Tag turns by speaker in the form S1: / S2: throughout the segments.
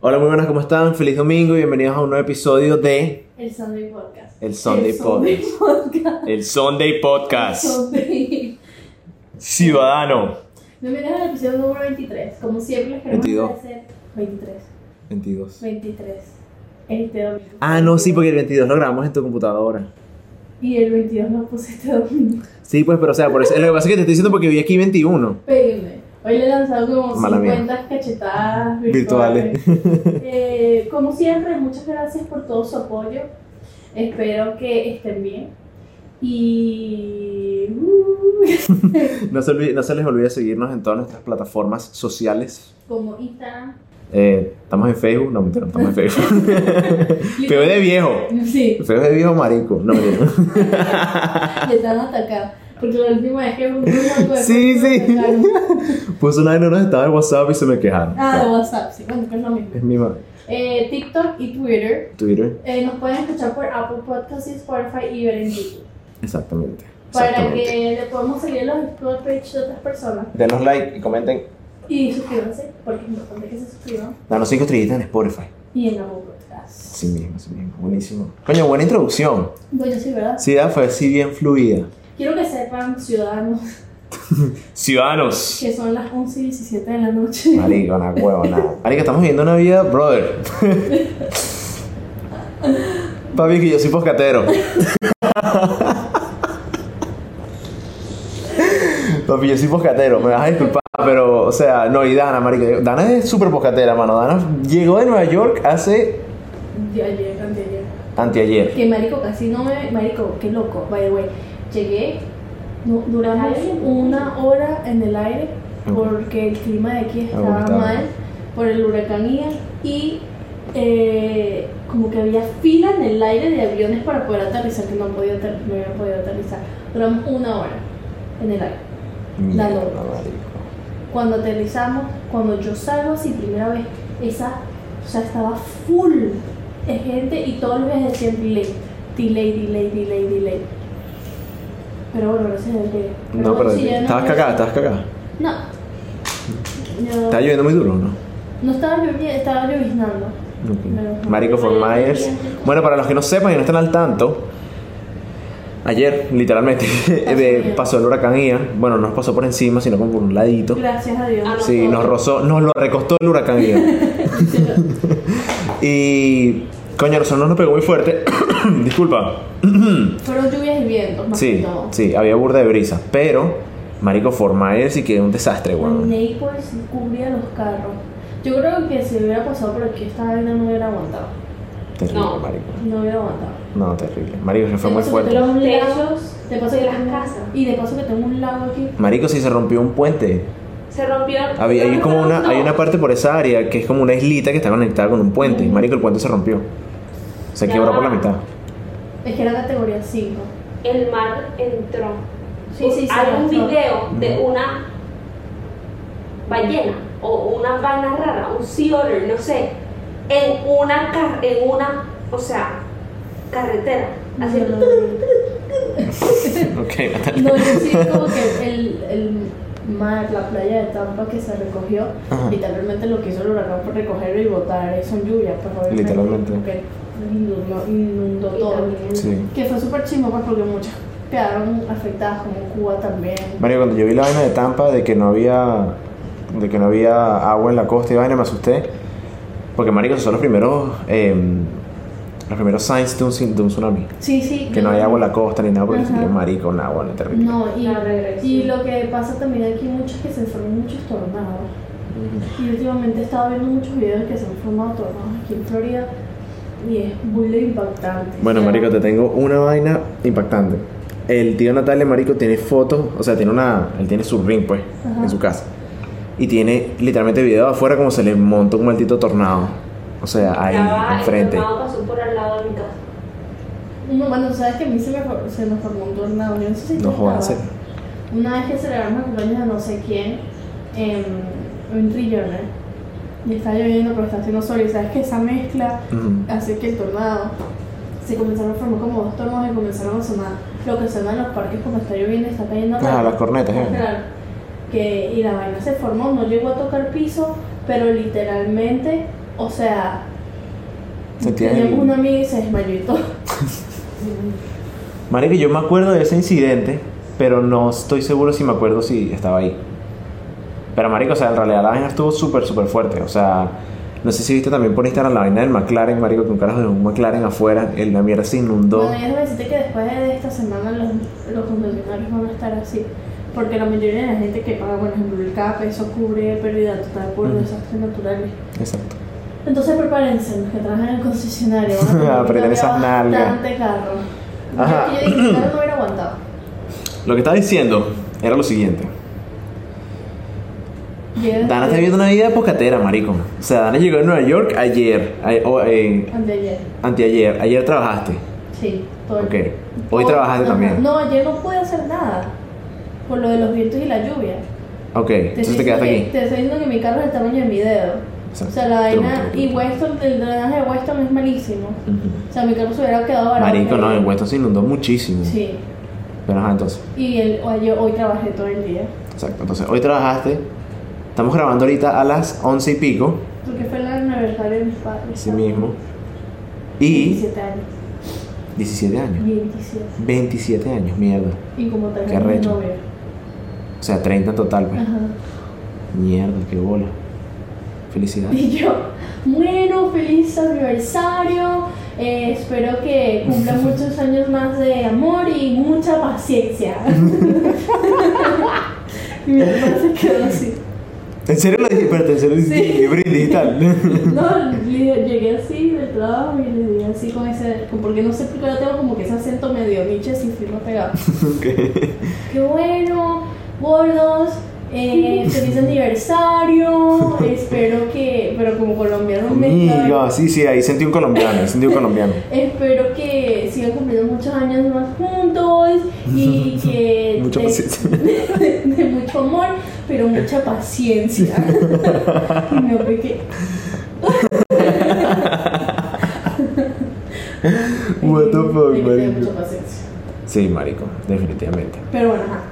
S1: Hola, muy buenas, ¿cómo están? Feliz domingo y bienvenidos a un nuevo episodio de
S2: El Sunday Podcast.
S1: El Sunday Podcast.
S2: Podcast.
S1: El Sunday Podcast.
S2: Sunday.
S1: Ciudadano.
S2: Bienvenidos al episodio número 23. Como siempre, les queremos
S1: 22.
S2: agradecer. 23.
S1: 22.
S2: 23. Este domingo.
S1: Ah, no, sí, porque el 22 lo grabamos en tu computadora.
S2: Y el 22 lo puse este domingo.
S1: Sí, pues, pero o sea, por eso, lo que pasa es que te estoy diciendo porque vi aquí 21.
S2: Péguenme. Hoy le he lanzado como
S1: Mala mía.
S2: 50 cachetadas virtuales.
S1: Virtuales.
S2: Eh, como siempre, muchas gracias por todo su apoyo. Espero que estén bien. Y. uh,
S1: No se, olvide- no se les olvide seguirnos en todas nuestras plataformas sociales.
S2: como Instagram.
S1: Eh, estamos en Facebook. No, mentira, no estamos en Facebook. Feo de viejo.
S2: Sí,
S1: Feo de viejo marico. No, mentira.
S2: le están atacando. Porque la última vez que un grupo de
S1: Sí, sí.
S2: personas me atacaron.
S1: Puso una vez no nos estaba en WhatsApp y se me quejaron.
S2: Ah, de WhatsApp, sí, bueno, que es lo mismo.
S1: Es mi madre.
S2: Eh, TikTok y Twitter.
S1: Twitter.
S2: eh, nos pueden escuchar por Apple Podcasts y Spotify y ver en YouTube.
S1: Exactamente.
S2: Para
S1: Exactamente.
S2: que le podamos seguir los explore page de otras personas.
S1: Denos like y comenten.
S2: Y suscríbanse, porque es importante que se suscriban.
S1: Danos 5 estrellitas en Spotify.
S2: Y en Apple Podcasts.
S1: Sí mismo, sí mismo. Buenísimo. Coño, buena introducción.
S2: Bueno, sí, ¿verdad?
S1: Sí, ah, fue así bien fluida.
S2: Quiero que sepan, ciudadanos,
S1: Ciudadanos.
S2: que son las 11 y 17 de la noche.
S1: Marica, una huevona. Marica, estamos viviendo una vida, brother. Papi, que yo soy poscatero. Papi, yo soy poscatero, me vas a disculpar, pero, o sea, no, y Dana, marica, Dana es súper poscatera, mano. Dana llegó de Nueva York hace
S2: De ayer, anteayer.
S1: anteayer.
S2: Que marico, casi no me. Marico, qué loco, by the way. Llegué, no- duramos una hora en el aire porque el clima de aquí
S1: Ah, bueno,
S2: estaba
S1: estaba.
S2: mal por el huracán Ian y eh, como que había fila en el aire de aviones para poder aterrizar, que no, podía ater- no había podido aterrizar. Duramos una hora en el aire.
S1: Mierda,
S2: Dale.
S1: marico.
S2: Cuando aterrizamos, cuando yo salgo así primera vez, esa, o sea, estaba full de gente y todos los días decían delay, delay, delay, delay, delay. Pero bueno, gracias a Dios llegué.
S1: No, pero
S2: sí, ya no-
S1: estabas cagada, estabas cagada.
S2: No. Yo-
S1: Estaba lloviendo muy duro, ¿no?
S2: no estaba lloviendo, estaba lloviznando.
S1: Ok.
S2: Pero-
S1: Marico von Myers. Bueno, para los que no sepan y no están al tanto, ayer, literalmente, eh, pasó el huracán Ian. Bueno, no nos pasó por encima, sino como por un ladito.
S2: Gracias a Dios.
S1: Sí, nos rozó, nos lo recostó el huracán Ian. Y. Coño, nosotros nos pegó muy fuerte. Disculpa.
S2: Fueron lluvias y vientos, más que
S1: Sí,
S2: todo.
S1: sí, había burda de brisa. Pero, Marico von Myers sí que es un desastre, weón.
S2: Naples cubría los carros. Yo creo que si hubiera pasado por aquí, esta vaina no hubiera aguantado.
S1: Terrible,
S3: No.
S1: Marico.
S2: No hubiera aguantado.
S1: No, terrible. Marico, se fue
S2: De
S1: muy
S2: paso que
S1: fuerte.
S2: tengo un lago,
S3: Techos
S2: de paso que
S3: de las
S2: tengo-
S3: casas.
S2: Y de paso que tengo un lago aquí.
S1: Marico, si se rompió un puente.
S3: Se rompieron.
S1: Había, hay, como una,
S3: No.
S1: hay una parte por esa área que es como una islita que está conectada con un puente.
S2: Ujú.
S1: Marico, el puente se rompió. Se
S3: Ya.
S1: quebró por la mitad.
S2: Es que era categoría 5.
S3: El mar entró.
S2: Sí, sí, sí,
S3: Hay un
S2: entró.
S3: video de una ballena o una vaina rara, un sea otter, no sé, en una, car- en una, o sea, carretera. Haciendo.
S1: ok,
S2: No, yo sí, como que el, el mar, la playa de Tampa que se recogió,
S1: Ajá.
S2: literalmente lo que hizo el huracán fue recogerlo y botar eso en lluvia, pues obviamente.
S1: Literalmente.
S2: Porque inundó, inundó
S3: Y
S2: todo.
S3: también-
S1: Sí.
S2: Que fue súper chimo, pues porque muchas quedaron afectadas, como Cuba también.
S1: Marico, cuando yo vi la vaina de Tampa de que no había de que no había agua en la costa y vaina, me asusté. Porque, Marico, esos son los primeros eh, los primeros signs de un, tsun- de un tsunami.
S2: Sí, sí.
S1: Que no hay agua en la costa ni nada por el
S2: Ajá.
S1: estilo. Marico, no, bueno, terrible.
S2: No, y,
S3: La regresión.
S2: y lo que pasa también aquí, muchos que se forman muchos tornados. Y últimamente he estado viendo muchos videos que se han formado tornados aquí en Florida y es muy impactante.
S1: Bueno,
S2: O sea,
S1: marico, te tengo una vaina impactante. El tío Natalia, marico, tiene fotos, o sea, tiene una, él tiene su ring, pues,
S2: Ajá.
S1: en su casa. Y tiene literalmente video de afuera como se le monta un maldito tornado. O sea, ahí
S3: Estaba- el
S1: enfrente.
S2: este
S3: tornado pasó por al lado de mi casa.
S2: No, bueno, sabes que a mí se me, for- se me formó un tornado. Yo no sé si tú
S1: No jodas, ¿eh?
S2: estabas. Una vez que celebramos el cumpleaños de no sé quién em, en, en Trillioner ¿eh? y está lloviendo, pero está haciendo sol. Y sabes que esa mezcla
S1: Ujú.
S2: hace que el tornado se comenzaron a formar como dos tornados y comenzaron a sonar lo que suena en los parques cuando está lloviendo y está cayendo
S1: Ah, las cornetas, ¿eh?
S2: Claro. Que, y la vaina se formó, no llegó a tocar piso, pero literalmente O sea,
S1: Se
S2: teníamos
S1: tienen...
S2: una amiga y se desmayó y todo.
S1: Marico, yo me acuerdo de ese incidente, pero no estoy seguro si me acuerdo si estaba ahí. Pero marico, o sea, en realidad la vaina estuvo súper, súper fuerte. O sea, no sé si viste también por Instagram la vaina del McLaren, marico, que un carajo de un McLaren afuera, en la mierda se inundó.
S2: Bueno, déjame decirte que después de esta semana los, los concesionarios van a estar así. Porque la mayoría de la gente que paga, por ejemplo, el CAP, eso cubre pérdida total por
S1: Ujú.
S2: desastres naturales.
S1: Exacto.
S2: Entonces prepárense, los que trabajan en el concesionario. van tener
S1: A
S2: que
S1: prender esas
S2: cargar
S1: nalgas.
S2: Bastante carro.
S1: Ajá.
S2: Yo dije que el carro no hubiera aguantado.
S1: Lo que estaba diciendo era lo siguiente.
S2: Llega-
S1: Dana está viviendo una vida pocatera, marico. O sea, Dana llegó a Nueva York ayer, a- o, eh,
S2: Anteayer.
S1: anteayer. Ayer trabajaste.
S2: Sí, todo el-
S1: Ok. Hoy trabajaste
S2: ajá.
S1: también.
S2: No, ayer no pude hacer nada. Por lo de los vientos y la lluvia.
S1: Ok, entonces te
S2: estoy
S1: quedaste aquí.
S2: diciendo
S1: Ah,
S2: que- Te estoy diciendo que mi carro es el tamaño de mi dedo. O sea, la
S1: trum,
S2: vaina.
S1: trum,
S2: Y pues
S1: trum.
S2: Weston, el drenaje de Weston es malísimo.
S1: Ujú.
S2: O sea, mi carro se hubiera quedado varado.
S1: Marico,
S2: pero-
S1: no, en Weston se inundó muchísimo.
S2: Sí.
S1: Pero ajá, entonces.
S2: Y el, o- yo hoy trabajé todo el día.
S1: Exacto. Entonces, hoy trabajaste. Estamos grabando ahorita a las once y pico.
S2: Porque fue el aniversario de mis padres.
S1: Así mismo. Y
S2: 17 años.
S1: 17 años.
S2: 27.
S1: 27 años, mierda.
S2: Y como tal
S1: Qué
S2: vez
S1: arrecho.
S2: no veo.
S1: O sea, 30 en total, pues.
S2: Ajá. Ah.
S1: Mierda, qué bola. Felicidades.
S2: Y yo, bueno, feliz aniversario. eh, espero que cumpla muchos años más de amor y mucha paciencia. y mi papá se quedó así.
S1: ¿En serio lo dijiste? Espérate, ¿en serio
S2: Sí.
S1: brindis y tal?
S2: No, le- llegué así del trabajo y le dije así con ese. con- porque no sé por qué ahora tengo como que ese acento medio niche sin firma pegado. Qué bueno, gordos. eh, feliz aniversario. espero que. Pero como colombiano me.
S1: Amiga, sí, sí, ahí sentí un colombiano, ahí sentí un colombiano.
S2: Espero que sigan cumpliendo muchos años más juntos y que
S1: Mucha
S2: de,
S1: paciencia.
S2: de- de mucho amor, pero mucha paciencia. y me pequé.
S1: What the fuck, marico.
S2: mucha paciencia.
S1: Sí, marico, definitivamente.
S2: Pero bueno, ajá.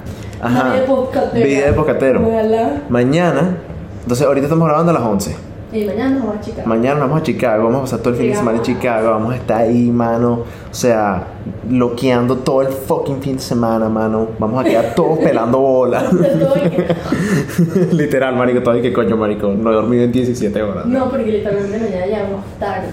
S1: Ajá.
S2: Una Vida de podcastero.
S1: Vida de podcastero.
S2: Ojalá.
S1: Mañana, entonces ahorita estamos grabando a las 11.
S2: Y eh, mañana nos va a chicar.
S1: Mañana nos vamos a Chicago, vamos a pasar todo el fin de semana en Chicago, vamos a estar ahí, mano. O sea, bloqueando todo el fucking fin de semana, mano. Vamos a quedar todos pelando bola. Literal, marico, todo y que coño, marico. No he dormido en 17 horas.
S2: no, porque literalmente mañana llegamos tarde.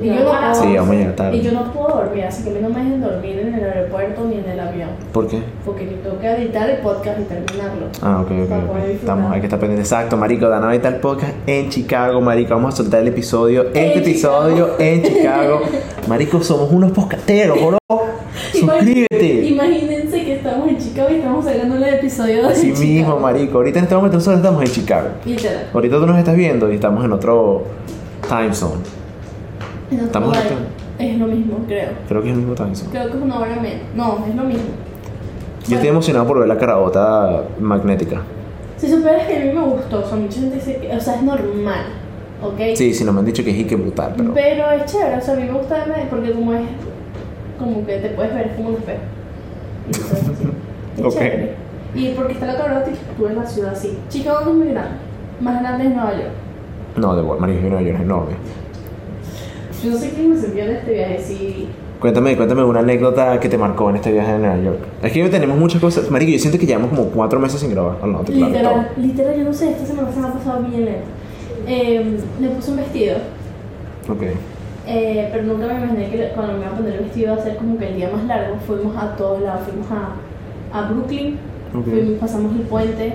S2: Y yo no puedo-
S1: Sí, vamos a llegar tarde.
S2: Y yo no puedo dormir, así que a mí no me dejen dormir en el aeropuerto ni en el avión.
S1: ¿Por qué?
S2: Porque yo tengo que editar el podcast y terminarlo.
S1: Ah, ok, ok,
S2: Para
S1: ok.
S2: poder disfrutar.
S1: Estamos, hay que estar pendientes. Exacto, marico, Dana ahorita el podcast en Chicago, marico. Vamos a soltar el episodio, este
S2: En
S1: episodio en Chicago. Marico, somos unos poscateros, bro. Suscríbete.
S2: Imagínense que estamos en Chicago y estamos sacando el episodio de
S1: Así
S2: Chicago.
S1: mismo, marico. Ahorita en este momento nosotros estamos en Chicago.
S2: Literal.
S1: Ahorita tú nos estás viendo y estamos en otro time zone.
S2: En otro
S1: Estamos en
S2: lugar. Es lo mismo, creo.
S1: Creo que es el mismo time zone.
S2: Creo que es una hora menos. No, es lo mismo.
S1: Yo estoy emocionado por ver la carabota magnética.
S2: Si supieras que a mí me gustó, o sea, mucha gente dice que, o sea, es normal, ¿ok?
S1: Sí, sí, no me han dicho que es y que brutal, pero.
S2: Pero es chévere, o sea, a mí me gusta verme porque como es, como que te puedes ver es como un espejo. Y tú sabes así. Es
S1: Ok.
S2: chévere. Y porque está la cabrota y tú ves la ciudad así. Chicago no es muy grande, más grande es Nueva York.
S1: No, de Walmart, marico, Nueva York es enorme.
S2: Yo no sé qué me sentí en este viaje, sí.
S1: Cuéntame, cuéntame una anécdota que te marcó en este viaje a Nueva York. Es que tenemos muchas cosas. Marico, yo siento que llevamos como cuatro meses sin grabar. Oh, no, te claro,
S2: literal,
S1: todo.
S2: literal, yo no sé, esta semana se me ha pasado bien lento. Eh, me puse un vestido,
S1: Ok.
S2: eh, pero nunca me imaginé que cuando me iba a poner el vestido iba a ser como que el día más largo. Fuimos a todos lados, fuimos a, a Brooklyn,
S1: Ok.
S2: fuimos- pasamos el puente,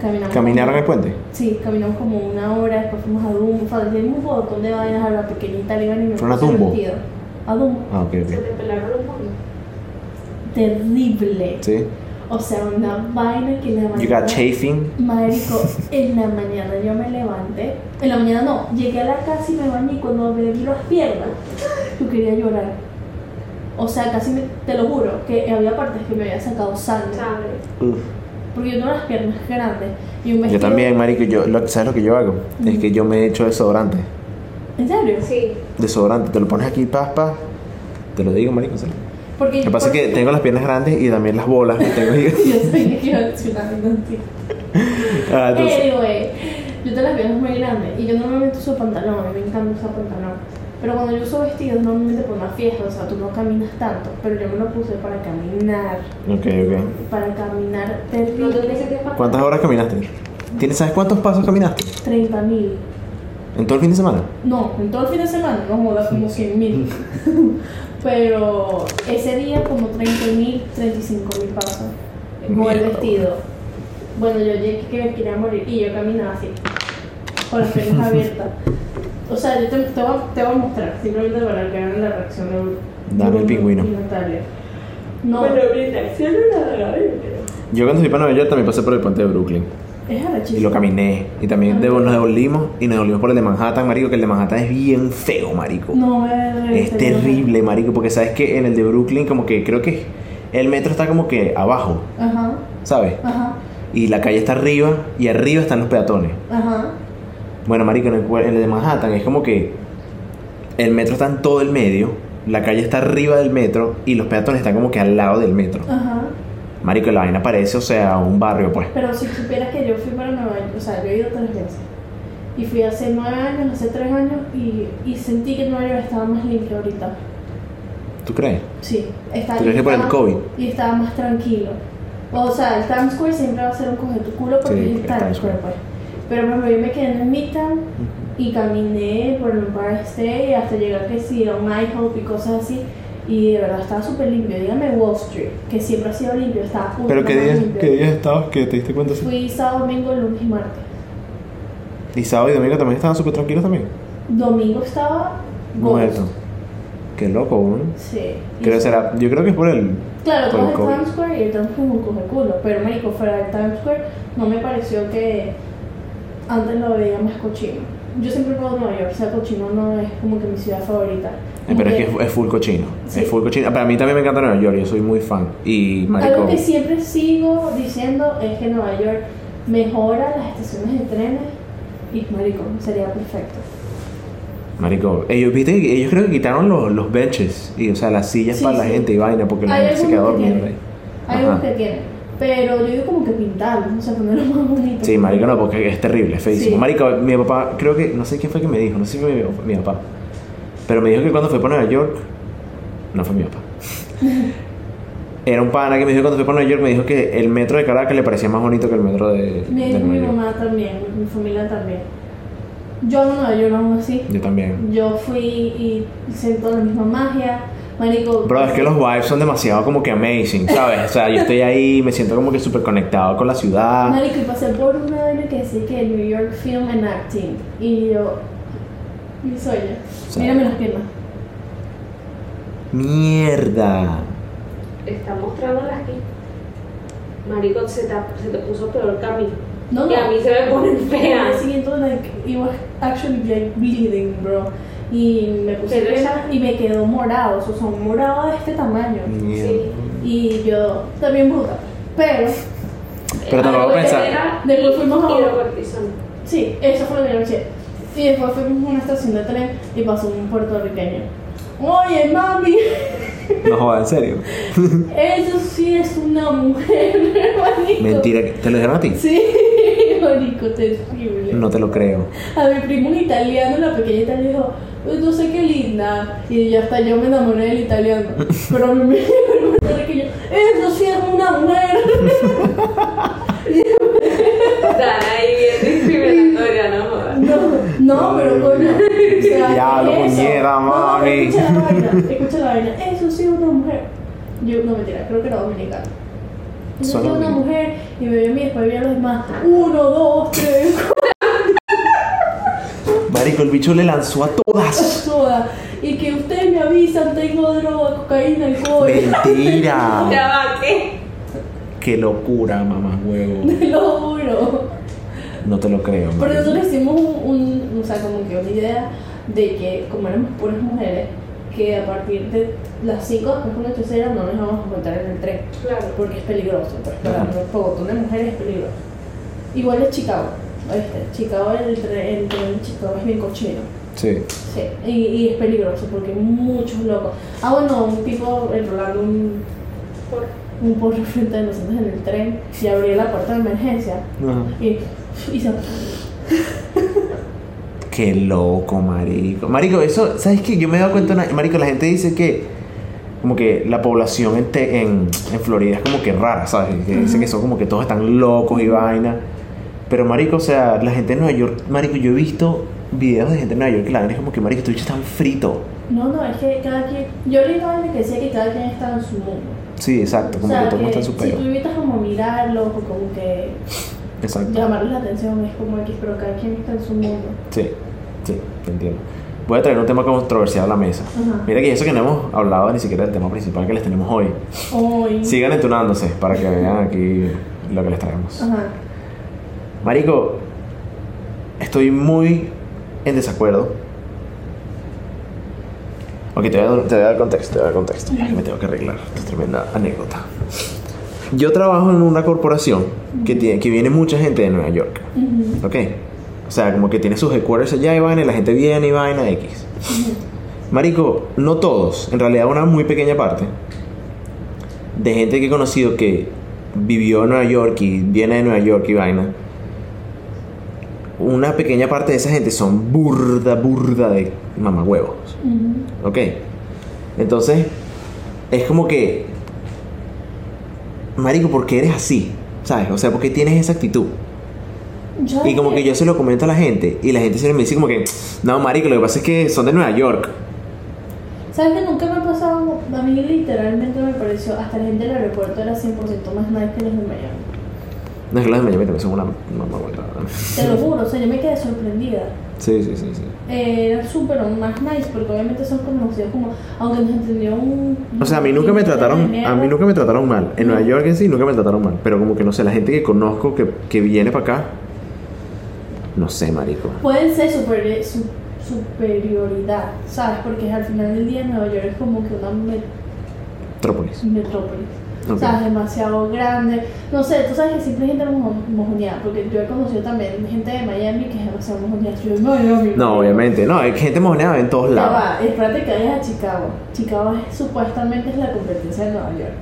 S2: caminamos.
S1: ¿Caminaron el puente?
S2: Sí, caminamos como una hora, después fuimos a Dumbo, o sea, hicimos un montón de vainas a la pequeñita Liban y me
S1: ¿Fueron a
S2: puse el
S1: Dumbo?
S2: vestido. A Dumbo.
S1: Ah, ok,
S3: Se
S1: ok.
S3: te pelaron los monos.
S2: Terrible.
S1: Sí.
S2: O sea, una vaina que la
S1: You got chafing.
S2: Marico, en la mañana yo me levanté. En la mañana no, llegué a la casa y me bañé y cuando me vi las piernas, yo quería llorar. O sea, casi me, te lo juro, que había partes que me había sacado sangre.
S3: Sangre.
S1: Uf.
S2: Porque yo tengo las piernas grandes y un
S1: Yo
S2: vestido.
S1: también, marico, yo, lo- ¿sabes lo que yo hago? Es que yo me he hecho desodorante.
S2: ¿En serio?
S3: Sí.
S1: Desodorante, te lo pones aquí, paspa. Te lo digo, marico. en serio.
S2: Porque
S1: Lo que pasa es que
S2: porque-
S1: tengo las piernas grandes y también las bolas que tengo. ahí.
S2: Yo sabía que iba a decir una vaina así.
S1: Ah, entonces,
S2: Anyway, Eh, Yo te las piernas muy grandes y yo normalmente uso pantalón, a mí me encanta usar pantalón. Pero cuando yo uso vestidos, normalmente por una fiesta, o sea, tú no caminas tanto, pero yo me lo puse para caminar,
S1: Ok, ok.
S2: para caminar
S3: No te
S2: terrible,
S3: necesitas para-
S1: ¿Cuántas horas caminaste? ¿Tienes, ¿Sabes cuántos pasos caminaste?
S2: 30 mil.
S1: ¿En todo el fin de semana?
S2: No, en todo el fin de semana, no jodas, como 100 mil. Pero ese día como 30 mil, 35 mil pasos. Con el
S1: Mierda.
S2: vestido. Bueno, yo llegué que me quería morir y yo caminaba así, con las piernas abiertas. O sea, yo te, te voy, a- te voy a mostrar, simplemente para que vean la reacción de
S1: Dame el
S2: de-
S1: pingüino.
S2: y Natalia. No,
S3: Bueno, brinda, si no la agarré,
S1: Yo cuando fui para Nueva York también pasé por el puente de Brooklyn.
S2: es
S1: Y
S2: arrechísimo.
S1: lo caminé. Y también de- nos devolvimos y nos devolvimos por el de Manhattan, marico, que el de Manhattan es bien feo, marico.
S2: No, es,
S1: Es terrible, marico, porque sabes que en el de Brooklyn como que creo que el metro está como que abajo,
S2: Ajá,
S1: ¿sabes?
S2: ajá,
S1: Y la calle está arriba y arriba están los peatones.
S2: ajá.
S1: Bueno, marico, en el, cua- en el de Manhattan es como que el metro está en todo el medio, la calle está arriba del metro y los peatones están como que al lado del metro.
S2: Ajá.
S1: Marico, la vaina parece, o sea, un barrio, pues.
S2: Pero si supieras que yo fui para Nueva York, o sea, yo he ido tres veces. Y fui hace nueve años, hace tres años, y, y sentí que Nueva York estaba más limpio ahorita.
S1: ¿Tú crees?
S2: Sí, está
S1: ¿Tú crees que por el
S2: estaba-
S1: COVID?
S2: Y estaba más tranquilo. O sea, el Times Square siempre va a ser un coge tu culo porque
S1: Sí,
S2: es el
S1: el
S2: Times
S1: Times
S2: Square, pues. Pero por ejemplo, yo me quedé en Midtown y caminé por el Empire State hasta llegar que sí, a un IHOP y cosas así. Y de verdad estaba súper limpio. Dígame Wall Street, que siempre ha sido limpio, estaba ultra
S1: ¿Pero qué
S2: más
S1: días,
S2: limpio.
S1: qué días estabas que te diste cuenta? así?
S2: Fui sábado, domingo, lunes y martes.
S1: Y sábado y domingo también estaban súper tranquilos también.
S2: Domingo estaba
S1: Muerto. Qué loco, ¿no?
S2: Sí. Y-
S1: Creo que será, yo creo que es por el... eh,
S2: Claro,
S1: por
S2: todo
S1: el
S2: el
S1: COVID.
S2: Times Square y el Times Square es un coge culo. Pero, marico, fuera del Times Square no me pareció que antes lo veía más cochino. Yo siempre puedo Nueva York, o sea, cochino no es como que mi ciudad favorita.
S1: Eh,
S2: Como
S1: Pero es que es, es full cochino.
S2: Sí.
S1: Es full cochino. Para mí también me encanta Nueva York, yo soy muy fan. Y marico...
S2: Algo que siempre sigo diciendo es que Nueva York mejora las estaciones de trenes y, marico, sería perfecto.
S1: Marico, ellos, viste, que ellos creo que quitaron los, los benches, y, o sea, las sillas
S2: Sí,
S1: para la
S2: sí.
S1: gente y vaina, porque la
S2: Hay
S1: gente se queda
S2: algunos que
S1: durmiendo ahí.
S2: tienen. Hay algunos
S1: Ajá.
S2: que tienen. Pero yo digo como que pintarlo, o sea, ponerlo más bonito.
S1: Sí, marico, no, porque es terrible, es feísimo.
S2: Sí.
S1: Marico, mi papá, creo que, no sé quién fue que me dijo, no sé si fue mi, mi papá, pero me dijo que cuando fue para Nueva York, no fue mi papá. Era un pana que me dijo cuando fue para Nueva York, me dijo que el metro de Caracas le parecía más bonito que el metro de,
S2: Me
S1: de
S2: dijo mi
S1: Nueva York.
S2: mamá también, mi familia también. Yo amo Nueva York aún así.
S1: Yo también.
S2: Yo fui y siento la misma magia. Marico.
S1: Bro, es que los vibes son demasiado como que amazing, ¿sabes? O sea, yo estoy ahí, me siento como que súper conectado con la ciudad.
S2: Marico, y pasé por una vaina que decía que New York Film and Acting. Y yo. Mi sueño.
S1: Sí.
S2: Mírame las piernas.
S1: Mierda.
S3: Está mostrándola aquí. Marico, se te, se te puso peor camino.
S2: No, no.
S3: Y a mí se me ponen
S2: Al día
S3: feas.
S2: siguiente, like, it was actually like bleeding, bro. Y me puse
S3: Pero esa-
S2: piernas y me quedó morado. O sea, son morado de este tamaño.
S1: Mierda.
S2: Y yo también bruta. Pero,
S1: Pero tampoco
S3: Después
S1: pensar-
S3: era-
S2: Después fuimos a-
S3: Y la cortisona.
S2: sí, eso fue lo que yo hice. Y después fuimos a una estación de tren y pasó un puertorriqueño. Oye, mami,
S1: No jodas, en serio.
S2: eso sí es una mujer, hermanito.
S1: Mentira, ¿te lo dijeron a ti?
S2: Sí, marico, terrible.
S1: No te lo creo.
S2: A mi primo un italiano, la pequeña italiana, dijo, "Uy, tú sé qué linda. Y yo hasta yo me enamoré del italiano. Pero a mí me dijo el puertorriqueño, eso sí es una mujer.
S3: Están ahí bien discriminatoria, no jodas.
S2: No, no, pero coño. o sea,
S1: Diablo,
S2: ¿qué es eso?
S1: puñera,
S2: No, no,
S1: mami.
S2: Escucha la vaina, escucha la vaina. Eso sí, una mujer. Yo, no mentira, creo que era dominicana. Eso sí,
S1: Solo
S2: una
S1: dominicana.
S2: mujer. Y me vio a mí, después vi a los demás. Uno, dos, tres, cuatro,
S1: Marico, el bicho le lanzó a todas.
S2: soda. Y que ustedes me avisan, tengo droga, cocaína, alcohol.
S1: Mentira.
S3: Ya va, ¿qué?
S1: Qué locura, mamá huevo.
S2: Te lo juro.
S1: No te lo creo.
S2: Pero
S1: marico.
S2: nosotros hicimos un, un- o sea, como que una idea de que, como éramos puras mujeres, que a partir de las 5 después de las tercera no nos íbamos a encontrar en el tren.
S3: Claro.
S2: porque es peligroso, pues para
S1: Ajá.
S2: un fogotón de mujeres es peligroso. Igual es Chicago, ¿oíste? Chicago, el tren, el tren de Chicago es bien cochino,
S1: Sí.
S2: sí, y, y es peligroso porque hay muchos locos. Ah, bueno, un tipo enrolando un,
S3: Por-
S2: un porro frente de nosotros en el tren y abría la puerta de emergencia
S1: Ajá.
S2: y, y se...
S1: Qué loco, marico. Marico, eso, ¿sabes qué? Yo me he dado cuenta, una- marico, la gente dice que como que la población en, Te- en, en Florida es como que rara, ¿sabes? Que dicen que son como que todos están locos y vaina. Pero, marico, o sea, la gente de Nueva York, marico, yo he visto videos de gente de Nueva York que la ven es como que, marico, este estos bichos están fritos.
S2: No, no, es que cada quien. Yo leí una vaina que decía que cada quien está en su mundo.
S1: Sí, exacto, como
S2: o sea, eh,
S1: que todo el mundo está en su
S2: si
S1: peo.
S2: tú evitas como mirarlos o como que
S1: Exacto.
S2: llamarles la atención, es como X, pero cada quien está en su mundo.
S1: Sí, sí, te entiendo. Voy a traer un tema controversial a la mesa.
S2: Ajá.
S1: Mira que eso que no hemos hablado ni siquiera del tema principal que les tenemos hoy.
S2: Hoy.
S1: Sigan entunándose para que vean aquí lo que les traemos.
S2: Ajá.
S1: Marico, estoy muy en desacuerdo. Ok, te voy a dar, te voy a dar contexto, te voy a dar contexto. Ay, me tengo que arreglar. Esta es tremenda anécdota. Yo trabajo en una corporación que, tiene, que viene mucha gente de Nueva York.
S2: Ujú,
S1: Ok. O sea, como que tiene sus headquarters allá y vaina, y la gente viene y vaina X. Marico, no todos, en realidad una muy pequeña parte de gente que he conocido que vivió en Nueva York y viene de Nueva York y vaina. Una pequeña parte de esa gente son burda, burda de mamahuevos.
S2: ujú.
S1: Ok. Entonces, es como que. Marico, ¿por qué eres así? ¿Sabes? O sea, ¿por qué tienes esa actitud?
S2: Yo
S1: Y como que
S2: dije,
S1: yo se lo comento a la gente y la gente siempre me dice como que, no, marico, lo que pasa es que son de Nueva York.
S2: ¿Sabes que nunca me ha pasado? A mí literalmente me pareció, hasta la gente del aeropuerto era 100% más nice que los de Miami.
S1: No es que los de Miami también son una mamá huevada.
S2: Te lo juro, o sea, yo me quedé sorprendida.
S1: Sí, sí, sí, sí.
S2: Eh, Era súper más nice, porque obviamente son conocidos como, aunque nos entendió un...
S1: O sea, a mí nunca me trataron, a mí nunca me trataron mal. En Nueva York en sí nunca me trataron mal. Pero como que no sé, la gente que conozco que, que viene para acá, no sé, marico.
S2: Pueden ser superi- su- superioridad, ¿sabes? Porque al final del día Nueva York es como que una me-
S1: Trópolis.
S2: metrópolis.
S1: Ok.
S2: O sea, es demasiado grande. No sé, tú sabes que siempre hay gente mojo- mojoneada, porque yo he conocido también gente de Miami que es demasiado mojoneada. Yo en Miami.
S1: No, obviamente. No, hay gente mojoneada en todos
S2: Ya
S1: lados.
S2: va, espérate que vayas a Chicago. Chicago es- supuestamente es la competencia de Nueva York.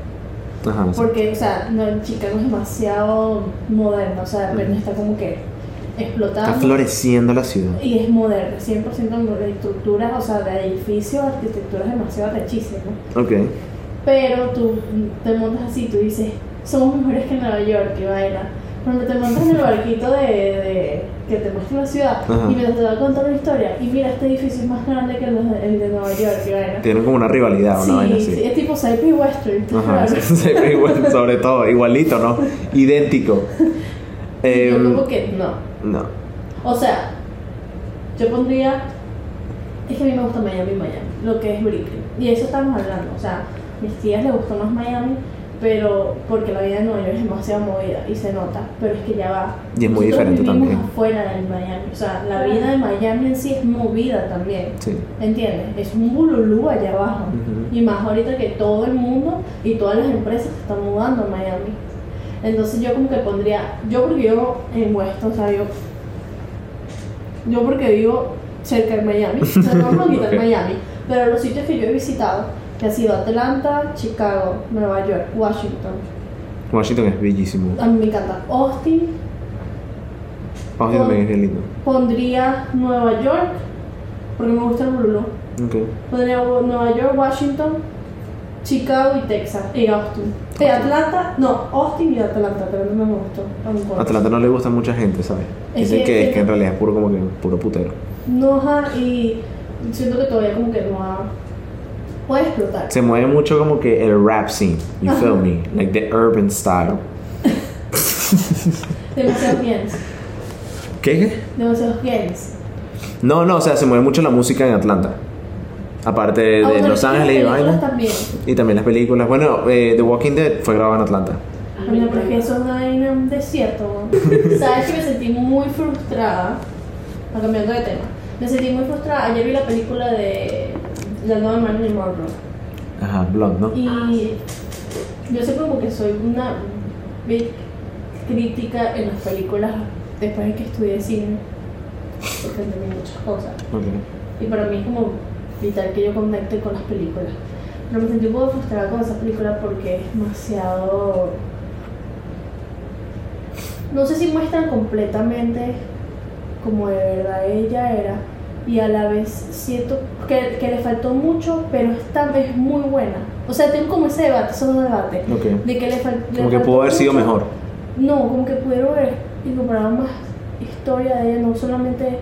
S1: Ajá. sí.
S2: Porque, o sea, no, Chicago es demasiado moderno, o sea, apenas está como que
S1: Está
S2: explotando.
S1: floreciendo la ciudad.
S2: Y es moderna, 100% moderna, estructuras, o sea, de edificios, arquitecturas demasiado rechísimas.
S1: Ok.
S2: Pero tú te montas así, tú dices, somos mejores que Nueva York, y vaina. Cuando te montas en el barquito de, de- que te muestra la ciudad
S1: Ajá.
S2: y mientras te va a contar una historia, y mira, este edificio es más grande que los de- el de Nueva York, y vaina.
S1: Tienen como una rivalidad, una vaina
S2: sí,
S1: así.
S2: sí, es tipo Saipi Western.
S1: Ajá,
S2: claro.
S1: se ve igual, sobre todo, igualito, ¿no? Idéntico.
S2: Y yo
S1: Em,
S2: como que no.
S1: no.
S2: O sea, yo pondría. Es que a mí me gusta Miami, Miami, lo que es Brooklyn. Y de eso estamos hablando. O sea, mis tías les gustó más Miami, pero porque la vida de Nueva York es demasiado movida y se nota. Pero es que ya va.
S1: Y es muy
S2: Nosotros
S1: diferente
S2: vivimos
S1: también.
S2: afuera de Miami. O sea, la vida de Miami en sí es movida también.
S1: Sí.
S2: ¿Entiendes? Es un bululú allá abajo.
S1: Ujú.
S2: Y más ahorita que todo el mundo y todas las empresas se están mudando a Miami. Entonces yo como que pondría, yo porque vivo en Weston, o sea, yo, yo porque vivo cerca de Miami, o sea, no vamos a quitar
S1: Ok.
S2: Miami, pero los sitios que yo he visitado, que ha sido Atlanta, Chicago, Nueva York, Washington,
S1: Washington es bellísimo.
S2: a mí me encanta Austin,
S1: Washington también es bien lindo.
S2: pondría Nueva York, porque me gusta el bululú.
S1: Ok.
S2: Podría Nueva York, Washington, Chicago y Texas. Y Austin. Eh, Atlanta, no, Austin y Atlanta, pero no me gustó. tampoco.
S1: Atlanta no le gusta a mucha gente, ¿sabes?
S2: Es
S1: Dicen
S2: que-
S1: que, que en realidad es puro como que puro putero.
S2: No, ajá, y siento que todavía como que no ha. Puede explotar.
S1: Se mueve mucho como que el rap scene, you feel me? Like the urban style.
S2: Demasiados games.
S1: ¿Qué? ¿Qué?
S2: Demasiados games.
S1: No, no, o sea, se mueve mucho la música en Atlanta. Aparte Eh,
S2: Ah,
S1: de, de Los Ángeles y vaina.
S2: también.
S1: Y también las películas. Bueno, eh, The Walking Dead fue grabada en Atlanta.
S2: Coño, pero es que eso es una vaina en un desierto. ¿no? Sabes que me sentí muy frustrada. No, cambiando de tema. Me sentí muy frustrada. Ayer vi la película de La nueva Marilyn Monroe.
S1: Ajá, Blonde, ¿no?
S2: Y yo sé como que soy una big crítica en las películas después de que estudié cine, porque entendí muchas cosas.
S1: Ok.
S2: Y para mí es como vital que yo conecte con las películas. Pero me sentí un poco frustrada con esa película porque es demasiado... No sé si muestran completamente como de verdad ella era. Y a la vez siento que, que le faltó mucho, pero esta vez es muy buena. O sea, tengo como ese debate, esos dos debates.
S1: Ok.
S2: De que le, fal- le
S1: Como que
S2: faltó
S1: pudo haber sido
S2: mucho.
S1: mejor.
S2: No, como que pudieron ver y comparado más historia de ella, no solamente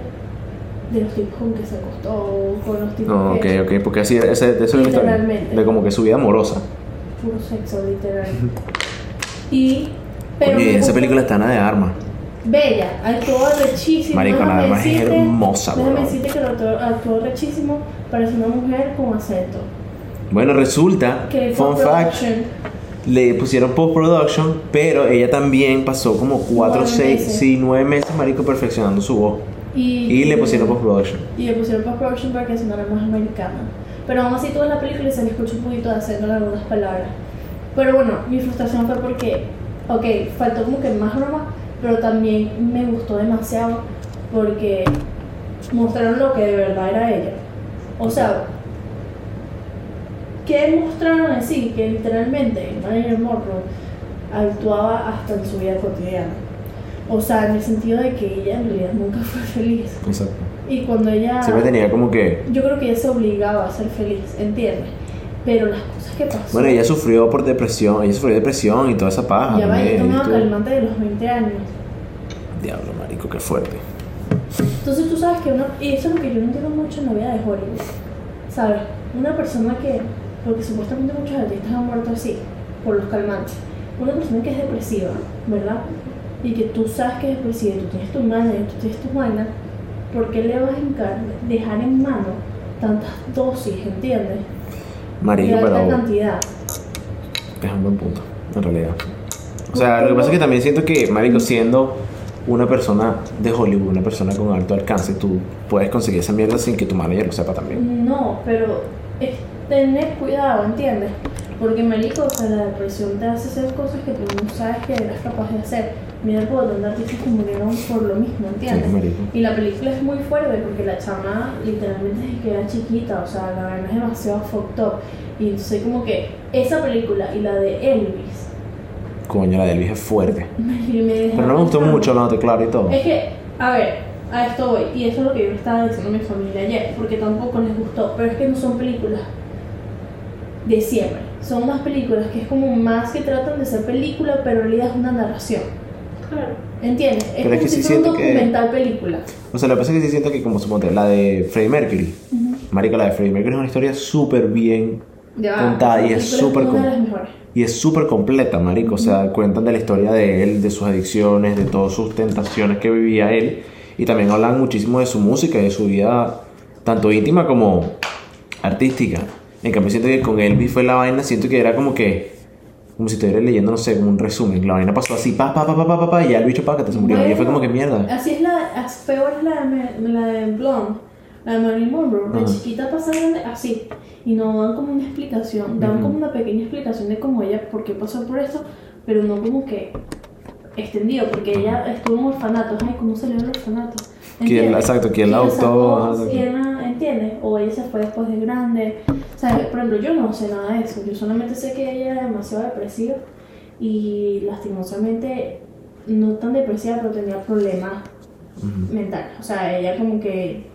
S2: de los tipos con que se acostó, con los tipos
S1: No, ok,
S2: que
S1: ok, porque así, ese, de eso es la historia.
S2: Literalmente.
S1: De como que su vida amorosa.
S2: puro sexo literal. Y pero
S1: Oye,
S2: me
S1: esa
S2: gustó-
S1: película está nada de armas.
S2: bella, actuó rechísimo.
S1: Marico,
S2: déjame
S1: nada más es
S2: decirte-
S1: hermosa,
S2: Déjame
S1: weón.
S2: decirte que actuó, actuó rechísimo, parece una mujer con acento.
S1: Bueno, resulta,
S2: Que
S1: fun
S2: fue
S1: fact,
S2: production.
S1: le pusieron post-production, pero ella también pasó como 4,
S2: Nueve
S1: 6,
S2: meses.
S1: sí, 9 meses, marico, perfeccionando su voz.
S2: Y,
S1: Y le pusieron post-production.
S2: Y le pusieron post-production para que sonara más americana. Pero aún así, toda la película y se le escucha un poquito de acento en algunas palabras. Pero bueno, mi frustración fue porque, ok, faltó como que más broma, pero también me gustó demasiado porque mostraron lo que de verdad era ella. O sea, que mostraron en sí? Que literalmente Marilyn Monroe actuaba hasta en su vida cotidiana. O sea, en el sentido de que ella en realidad nunca fue feliz.
S1: Exacto.
S2: Y cuando ella.
S1: Siempre tenía como que.
S2: Yo creo que ella se obligaba a ser feliz, ¿entiendes? Pero las cosas que pasó.
S1: Bueno, ella sufrió por depresión, ella sufrió depresión y toda esa paja.
S2: Ya va,
S1: también,
S2: yo tomaba
S1: y todo.
S2: calmante de los 20 años.
S1: Diablo, marico, qué fuerte.
S2: Entonces tú sabes que una. Y eso es lo que yo no entiendo mucho en la vida de Hollywood. ¿Sabes? Una persona que. Porque supuestamente muchos artistas han muerto así, por los calmantes. Una persona que es depresiva, ¿verdad? Y que tú sabes que es depresiva, y tú tienes tu manager, tú tienes tu vaina. ¿Por qué le vas a hincar- dejar en mano tantas dosis, ¿entiendes?
S1: Marico,
S2: De alta
S1: pero
S2: cantidad.
S1: es un buen punto, en realidad. O sea, lo que pasa es que también siento que, marico, siendo una persona de Hollywood, una persona con alto alcance, tú puedes conseguir esa mierda sin que tu manager lo sepa también.
S2: No, pero es tener cuidado, ¿entiendes? Porque, marico, o sea, la depresión te hace hacer cosas que tú no sabes que eras capaz de hacer. Mira el botón de artistas que murieron por lo mismo, ¿entiendes?
S1: Sí, marico.
S2: Y la película es muy fuerte porque la chama literalmente desde que era chiquita, o sea, la verdad es demasiado fucked up. Y entonces como que esa película y la de Elvis
S1: Coño, la de Elvis es fuerte.
S2: me, me dejaron
S1: Pero no me gustó
S2: tan-
S1: mucho hablándote claro y todo.
S2: es que, a ver, a esto voy, y eso es lo que yo le estaba diciendo a mi familia ayer, porque tampoco les gustó, pero es que no son películas de siempre, son más películas que es como más que tratan de ser película, pero en realidad es una narración,
S3: Claro.
S2: ¿entiendes? Es
S1: Pero
S2: como
S1: es que sí
S2: si fuera un
S1: siento que-
S2: documental película.
S1: O sea, lo que pasa es que sí siento que, como suponte, la de Freddie Mercury. Marico, la de Freddie Mercury es una historia súper bien
S2: Ya va,
S1: contada y
S2: esa
S1: es
S2: película
S1: súper
S2: una
S1: com-
S2: de las mejores.
S1: y es súper completa, marico. O sea, cuentan de la historia de él, de sus adicciones, de todas sus tentaciones que vivía él. Y también hablan muchísimo de su música y de su vida, tanto íntima como artística. En cambio, siento que con Elvis fue la vaina, siento que era como que, como si estuviera leyendo, no sé, como un resumen. La vaina pasó así, pa, pa, pa, pa, pa, pa, pa, y ya el bicho pa, que te se murió. Y yo fue
S2: Bueno,
S1: como que mierda.
S2: Así es la, as- peor es la de, Ma- la de Blonde, la de Marilyn Monroe. De
S1: Ajá.
S2: chiquita pasa grande así. Y no dan como una explicación, dan como una pequeña explicación de cómo ella, por qué pasó por esto, pero no como que extendido, porque ella estuvo en orfanatos. Ay, ¿cómo salió del orfanato?
S1: ¿Quién la- exacto, quién la adoptó? Ajá,
S2: adoptó?
S1: exacto.
S2: ¿Quién la- ¿Entiendes? O ella se fue después de grande. O sea, por ejemplo, yo no sé nada de eso. Yo solamente sé que ella era demasiado depresiva y lastimosamente no tan depresiva, pero tenía problemas mentales. O sea, ella como que...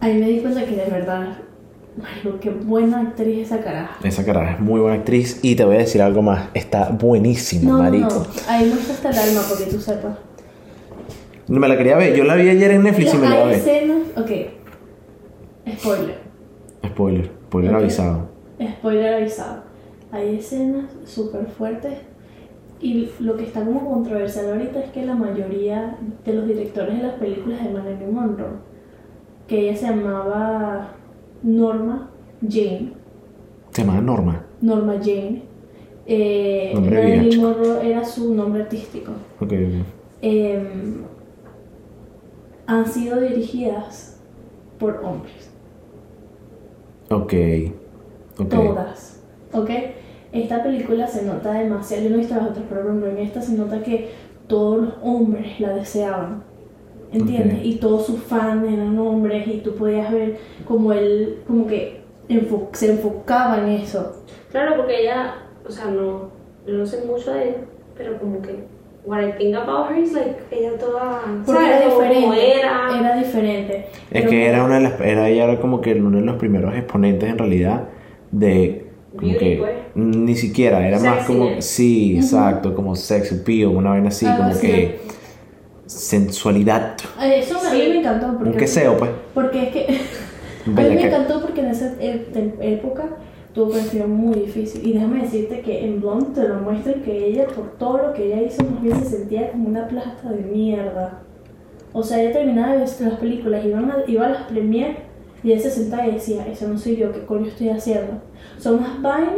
S2: Ahí me di cuenta que de verdad, marico, qué buena actriz esa caraja.
S1: Esa cara es muy buena actriz y te voy a decir algo más. Está buenísima,
S2: No, no,
S1: marico.
S2: no, ahí me gusta hasta el alma porque tú sepas.
S1: No me la quería ver. Yo la vi ayer en Netflix y me la voy a
S2: Hay
S1: ver.
S2: escenas, ok, spoiler.
S1: Spoiler, spoiler
S2: Ok.
S1: avisado.
S2: Spoiler avisado. Hay escenas súper fuertes y lo que está como controversial ahorita es que la mayoría de los directores de las películas de Marilyn Monroe, que ella se llamaba Norma Jane,
S1: Se llama Norma.
S2: Norma Jane, eh,
S1: Nombre de
S2: Marilyn
S1: vieja.
S2: Monroe era su nombre artístico,
S1: Ok, ok.
S2: em, han sido dirigidas por hombres.
S1: Ok. Ok.
S2: Todas. ¿Ok? Esta película se nota demasiado. Yo no he visto las otras, pero por ejemplo, en esta se nota que todos los hombres la deseaban. ¿Entiendes?
S1: Ok.
S2: Y todos sus fans eran hombres y tú podías ver como él, como que enfo- se enfocaba en eso.
S3: Claro, porque ella, o sea, no, yo no sé mucho de ella, pero como que what I think about her is like, ella toda,
S2: Porque
S3: ¿sabes?
S2: era
S3: Como
S2: diferente.
S3: era.
S2: Era diferente.
S1: Es
S2: Pero-
S1: que era una de las, era ella era como que uno de los primeros exponentes en realidad de como
S3: Beauty,
S1: que
S3: pues.
S1: ni siquiera era más como
S3: Sexiness.
S1: sí, exacto, como sex appeal, una vaina así,
S2: Algo
S1: como
S2: así.
S1: que sensualidad,
S2: Eh, Eso a mí
S3: Sí.
S2: me encantó. Porque,
S1: un queseo pues.
S2: Porque es que.
S1: Un
S2: a mí me
S1: bellaqueo.
S2: encantó porque en esa e- te- época tuvo que ser muy difícil. Y déjame decirte que en Blonde te lo muestran que ella, por todo lo que ella hizo, más bien se sentía como una plasta de mierda. O sea, ella terminaba de ver las películas, iban a- iba a las premier y ella se sentaba y decía: Eso no soy yo, ¿qué coño estoy haciendo? Son unas vainas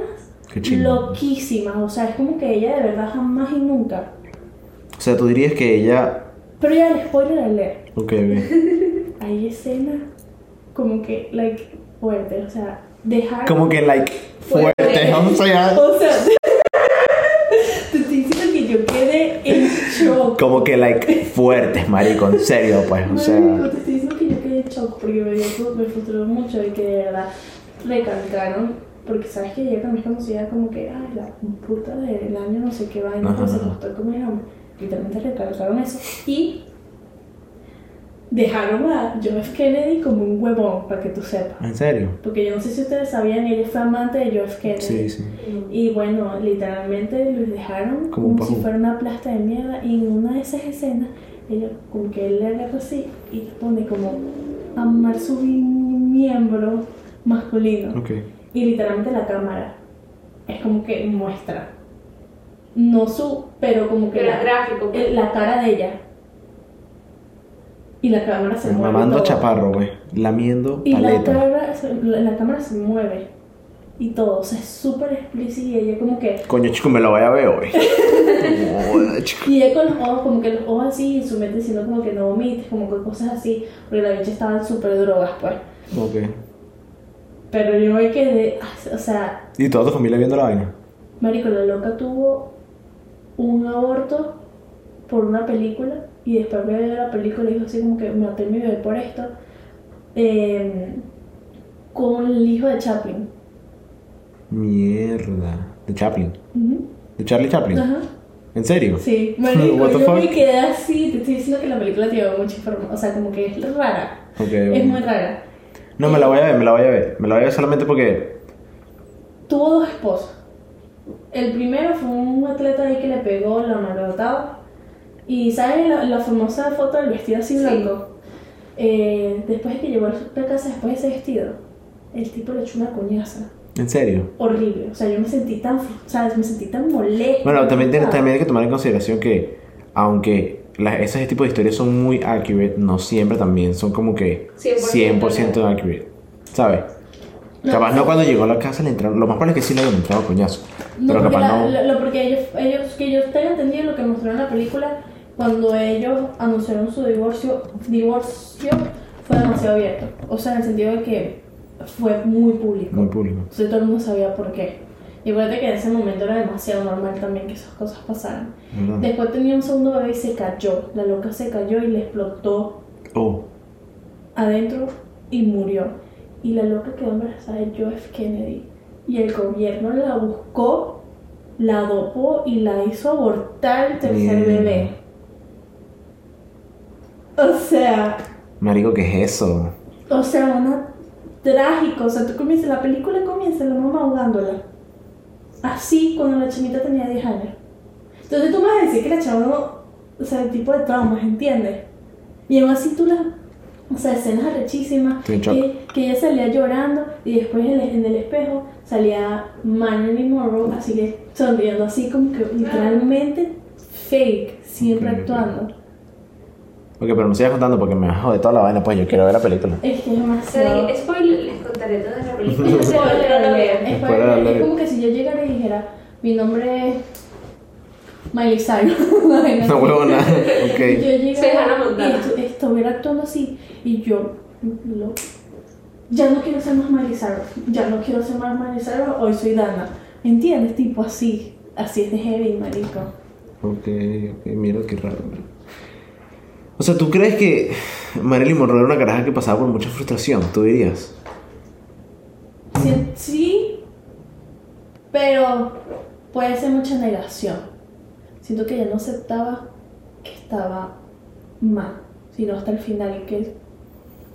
S1: Qué chimbo.
S2: loquísimas. O sea, es como que ella de verdad jamás y nunca.
S1: O sea, tú dirías que ella
S2: Pero ya el spoiler al leer.
S1: Ok, bien.
S2: hay escenas como que, like, fuerte, o sea, dejar...
S1: Como que like fuerte, o sea,
S2: O sea, te estoy diciendo que yo quedé en shock.
S1: como que like fuertes, marico, en serio, pues, o
S2: Marico,
S1: sea,
S2: te estoy diciendo que yo quedé en shock porque me, dio- me frustró mucho de que de verdad recalcaron. Porque sabes que ella también es conocida como que, ay, la puta del año no sé qué vaina,
S1: Ajá,
S2: que se
S1: ajá.
S2: acostó con mi hombre. Literalmente recalcaron eso. Y dejaron a John F. Kennedy como un huevón, para que tú sepas.
S1: en serio.
S2: Porque yo no sé si ustedes sabían, él fue amante de George Kennedy.
S1: Sí, sí.
S2: Y bueno, literalmente los
S1: Como
S2: dejaron como,
S1: un
S2: si
S1: pajú.
S2: fuera una plasta de mierda. Y en una de esas escenas, ella, como que él le agarra así y le pone como amar su miembro masculino.
S1: Ok.
S2: Y literalmente la cámara es como que muestra. No su, pero como que
S3: Pero
S2: la,
S3: era gráfico. pues.
S2: eh, la cara de ella. Y la cámara se mueve.
S1: Mamando
S2: todo.
S1: chaparro, pues, lamiendo
S2: Y la
S1: paleta.
S2: cámara, se- la, la cámara se mueve y todo, o sea, es súper explícito y ella como que,
S1: Coño, chico, me lo voy a ver hoy. Hola, chico.
S2: y ella con los ojos, como que los ojos así, y su mente diciendo como que no vomites, como que cosas así, porque la bicha estaba en súper drogas, pues.
S1: Ok.
S2: Pero yo me quedé, ah, o sea,
S1: ¿Y toda tu familia viendo la vaina?
S2: Marico, la loca tuvo un aborto por una película y después me vio la película y dijo así como que maté a mi bebé por esto, eh, con el hijo de Chaplin.
S1: Mierda. De Chaplin.
S2: Ujú.
S1: De Charlie Chaplin.
S2: Ajá.
S1: ¿En serio?
S2: Sí,
S1: What
S2: marico,
S1: the
S2: yo me
S1: fuck?
S2: quedé así, te estoy diciendo que la película te lleva mucha información, o sea, como que es rara,
S1: Ok,
S2: es
S1: bueno.
S2: muy rara.
S1: No, me la voy a ver, me la voy a ver. Me la voy a ver solamente porque.
S2: Tuvo dos esposos. El primero fue un atleta ahí que le pegó, lo maltrataba. Y ¿sabes la, la famosa foto del vestido así
S3: Sí.
S2: blanco? Eh, después de que llegó a la casa, después de ese vestido, el tipo le echó una coñaza.
S1: ¿En serio?
S2: Horrible, o sea, yo me sentí tan, fru- ¿sabes? Me sentí tan molesta.
S1: Bueno, también, tiene-
S2: ¿sabes?
S1: también hay que tomar en consideración que, aunque la- ese tipo de historias son muy accurate, no siempre también son como que
S3: 100%
S1: 100% accurate. ¿Sabes? capaz no cuando llegó a la casa le entraron. Lo más probable es que sí le hayan entrado coñazo.
S2: No,
S1: pero
S2: porque,
S1: capaz no.
S2: la- lo- lo- porque ellos, ellos, que yo tenga entendido lo que mostraron en la película, cuando ellos anunciaron su divorcio, divorcio fue demasiado abierto. O sea, en el sentido de que fue muy público.
S1: Muy público.
S2: Entonces todo el mundo sabía por qué. Y acuérdate que en ese momento era demasiado normal también que esas cosas pasaran.
S1: ¿verdad?
S2: Después tenía un segundo bebé y se cayó. La loca se cayó y le explotó
S1: Oh,
S2: adentro y murió. Y la loca quedó embarazada de Joe F. Kennedy. Y el gobierno la buscó, la dopó y la hizo abortar el tercer
S1: Mierda.
S2: bebé. O sea,
S1: marico, ¿qué es eso?
S2: o sea, una trágica. O sea, tú comienzas, la película comienza la mamá ahogándola. Así cuando la chinita tenía 10 años. Entonces tú me vas a decir que la chava no, o sea, el tipo de traumas, ¿entiendes? Y aún así tú las, o sea, escenas arrechísimas,
S1: Estoy en shock.
S2: que, que ella salía llorando y después en el, en el espejo salía Marilyn Monroe, así que sonriendo así como que literalmente fake, siempre
S1: Ok, ok.
S2: actuando.
S1: Ok, pero no sigas contando porque me vas a joder toda la vaina, pues yo quiero ver la película.
S2: Es que es
S3: O sea,
S2: demasiado...
S3: de- spoiler, les contaré todo de la película.
S2: Es
S3: Pero no lo vean.
S1: Spoiler alert.
S2: es como que si yo llegara y dijera, mi nombre es Miley Cyrus. Bueno,
S1: No huevo nada.
S2: y
S1: Ok.
S2: Yo
S3: Soy Hannah
S2: llegara y
S3: Montana.
S2: estu- estuviera actuando así y yo lo- ya no quiero ser más Miley Cyrus, ya no quiero ser más Miley Cyrus, hoy soy Dana. ¿Entiendes? Tipo así, así es de heavy, marico.
S1: Ok, ok, mira qué raro. bro. O sea, ¿tú crees que Marilyn Monroe era una caraja que pasaba por mucha frustración? ¿Tú dirías?
S2: Sí, sí, pero puede ser mucha negación. siento que ella no aceptaba que estaba mal, sino hasta el final que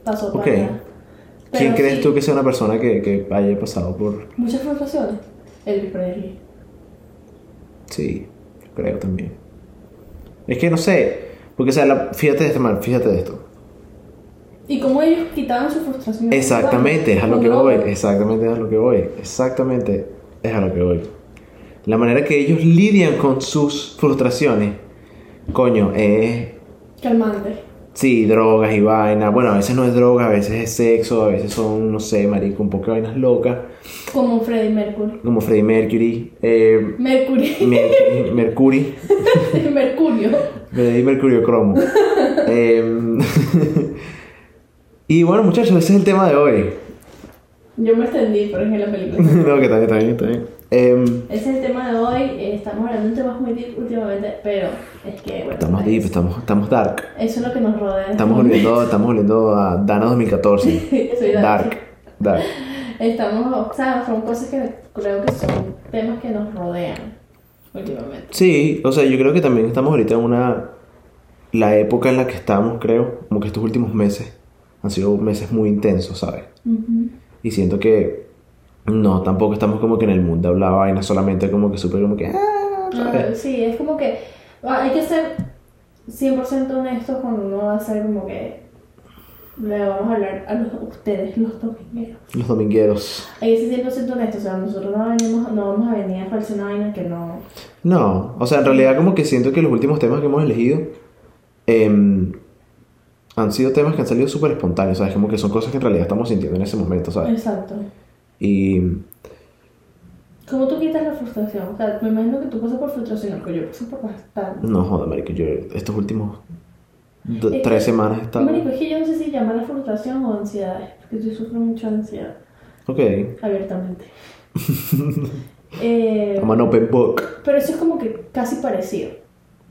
S2: pasó para
S1: Ok.
S2: allá. Pero
S1: ¿Quién crees
S2: sí,
S1: tú que sea una persona que, que haya pasado por...?
S2: Muchas frustraciones. Elvis Presley.
S1: Sí, yo creo también. Es que no sé, porque o sea, la- fíjate de este mal, fíjate de esto.
S2: Y cómo ellos quitaban su frustración.
S1: Exactamente, es a lo que
S2: Uno-
S1: voy. Exactamente, es a lo que voy. Exactamente, es a lo que voy. La manera que ellos lidian con sus frustraciones, coño, es.
S2: Calmante.
S1: Sí, drogas y vaina. Bueno, a veces no es droga, a veces es sexo, a veces son, no sé, marico, un poco de vainas locas.
S2: Como Freddie Mercury.
S1: Como Freddie Mercury. Eh,
S2: Mercury.
S1: Mer- Mercury.
S2: Mercurio.
S1: Le di mercurio cromo. Em, y bueno, muchachos, ese es el tema de hoy.
S2: Yo me extendí, pero es en la película.
S1: no, que también, también, también. Em,
S2: Ese es el tema de hoy. eh, estamos hablando de un tema muy deep últimamente, pero es que, bueno.
S1: estamos
S2: pues,
S1: deep, estamos, estamos dark.
S2: Eso es lo que nos rodea.
S1: Estamos volviendo, estamos volviendo a Dana 2014.
S2: Soy
S1: Dark. Dark.
S2: Estamos, o sea, son cosas que creo que son temas que nos rodean últimamente.
S1: Sí, o sea, yo creo que también estamos ahorita en una. La época en la que estamos, creo, como que estos últimos meses han sido meses muy intensos, ¿sabes? Y siento que. No, tampoco estamos como que en el mundo de la vaina, solamente como que súper como que. ah, ¿sabes?
S2: Ah, sí, es como que ah, hay que ser 100% honestos cuando uno va a ser como que le vamos a hablar a los- a ustedes, los domingueros.
S1: Los domingueros.
S2: Hay que ser 100% honestos, o sea, nosotros no, venimos, no vamos a venir a falsar una vaina que no.
S1: No, o sea, en realidad como que siento que los últimos temas que hemos elegido em, han sido temas que han salido súper espontáneos, ¿sabes? Como que son cosas que en realidad estamos sintiendo en ese momento, ¿sabes?
S2: Exacto.
S1: Y
S2: ¿Cómo tú quitas la frustración? O sea, me imagino que tú pasas por frustración, porque yo paso por bastante.
S1: no joda, marico, yo estos últimos do-
S2: Es que-
S1: tres semanas he estado...
S2: Eh, Marico, es que yo no sé si llamarla frustración o ansiedades, porque yo sufro mucho de ansiedad.
S1: Ok,
S2: abiertamente. Eh,
S1: I'm an open book.
S2: pero eso es como que casi parecido.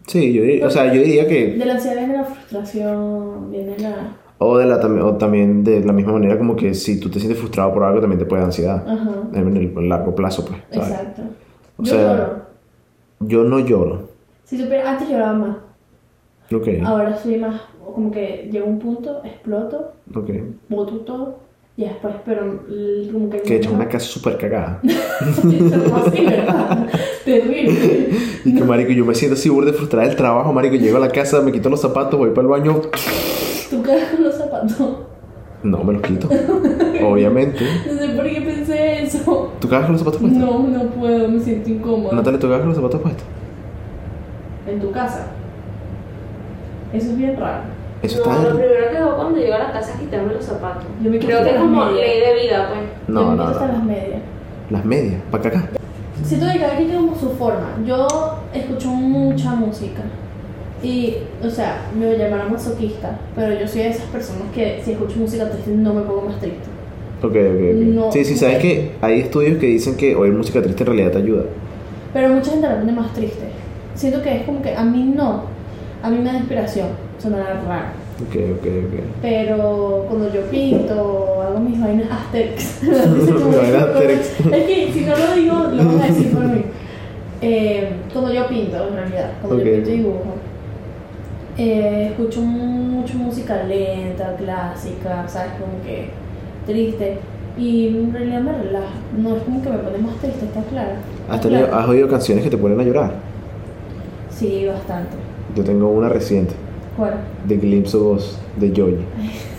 S1: Sí, yo diría, o sea, yo diría que...
S2: De la ansiedad viene la frustración, viene la...
S1: O, de la, tam- o también de la misma manera como que si tú te sientes frustrado por algo también te puede dar ansiedad.
S2: Ajá,
S1: En el largo plazo, pues. ¿sabes?
S2: exacto.
S1: O
S2: Yo
S1: sea-
S2: lloro.
S1: Yo no lloro.
S2: Si supiera, antes lloraba más.
S1: Ok,
S2: Ahora soy más, como que llego a un punto, exploto,
S1: ok.
S2: boto todo, y después, pero l- como que...
S1: Que he hecho una casa súper cagada.
S2: Así, ¿verdad? Terrible.
S1: Y que, marico, yo me siento así burde frustrada del trabajo, marico. Llego a la casa, me quito los zapatos, voy para el baño.
S2: Tu cara con los zapatos.
S1: No, me los quito. Obviamente.
S2: No sé por qué pensé eso.
S1: ¿Tú cagas con los zapatos puestos?
S2: No, no puedo, me siento incómoda.
S1: Natalia, ¿tú cagas con los zapatos puestos?
S2: en tu casa. Eso es bien raro.
S1: Eso
S3: no,
S1: está...
S3: lo primero que hago cuando llego a la casa es quitarme los zapatos.
S2: Yo me
S3: Creo
S2: quito
S3: que es
S2: las
S3: como
S2: medias.
S3: ley de vida, pues.
S2: Yo
S1: No,
S2: me
S1: no,
S2: quito hasta
S1: no.
S2: las medias.
S1: Las medias, para cagar.
S2: Siento que cada quien tiene como su forma. Yo escucho mucha música. Y, o sea, me voy a llamar masoquista, pero yo soy de esas personas que si escucho música triste no me pongo más triste.
S1: Ok, ok, ok.
S2: No.
S1: Sí, sí, sabes que hay estudios que dicen que oír música triste en realidad te ayuda.
S2: Pero mucha gente la pone más triste. Siento que es como que a mí no. A mí me da inspiración. Sonará raro.
S1: Ok, ok, ok.
S2: Pero cuando yo pinto, hago mis vainas asterix. Las hice como-
S1: Mis vainas asterix.
S2: Es que si no lo digo, lo van a decir por mí. Eh, cuando yo pinto, en realidad, cuando
S1: Ok.
S2: yo pinto y dibujo, eh, escucho mucho música lenta, clásica, ¿sabes? Como que triste. Y en realidad me relaja. No es como que me pone más triste, está claro.
S1: ¿Has,
S2: ¿Está
S1: tenido-
S2: claro?
S1: has oído canciones que te ponen a llorar?
S2: Sí, bastante.
S1: Yo tengo una reciente,
S2: ¿Cuál?
S1: The Glimpse of Us, de Joy.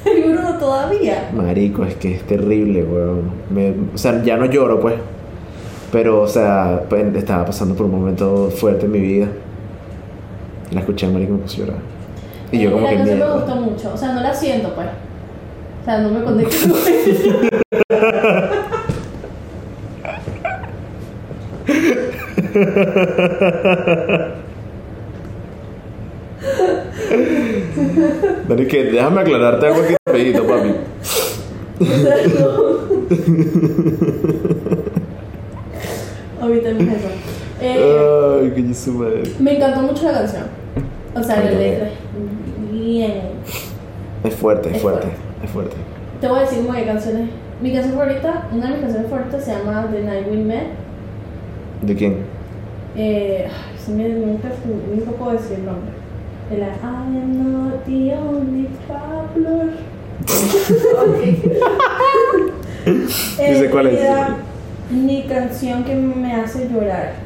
S2: Bruno todavía.
S1: Marico, es que es terrible, weón. Me- o sea, ya no lloro, pues. Pero, o sea, pues, estaba pasando por un momento fuerte en mi vida. La escuché, marico, me puse a llorar. Y yo
S2: Eh,
S1: como
S2: la
S1: que
S2: canción me
S1: mierda.
S2: gustó mucho, o sea, no la siento pues. O sea, no me conecto con ella.
S1: Dale, que déjame aclararte algo aquí rapidito, papi.
S2: O sea, no. Ahorita mismo eso. Eh,
S1: Ay, que yo su madre.
S2: me encantó mucho la canción. O sea, la
S1: Ay, también.
S2: letra. Bien.
S1: Es fuerte, es
S2: Es
S1: fuerte,
S2: fuerte.
S1: es fuerte.
S2: Te voy a decir una de canciones. Mi canción favorita, una de mis canciones favoritas se llama The Night We Met.
S1: ¿De quién?
S2: Eh, ay, sí me, nunca me poco decir el nombre. De la I am not the only traveler.
S1: Yo sé cuál es.
S2: Mi canción que me hace llorar.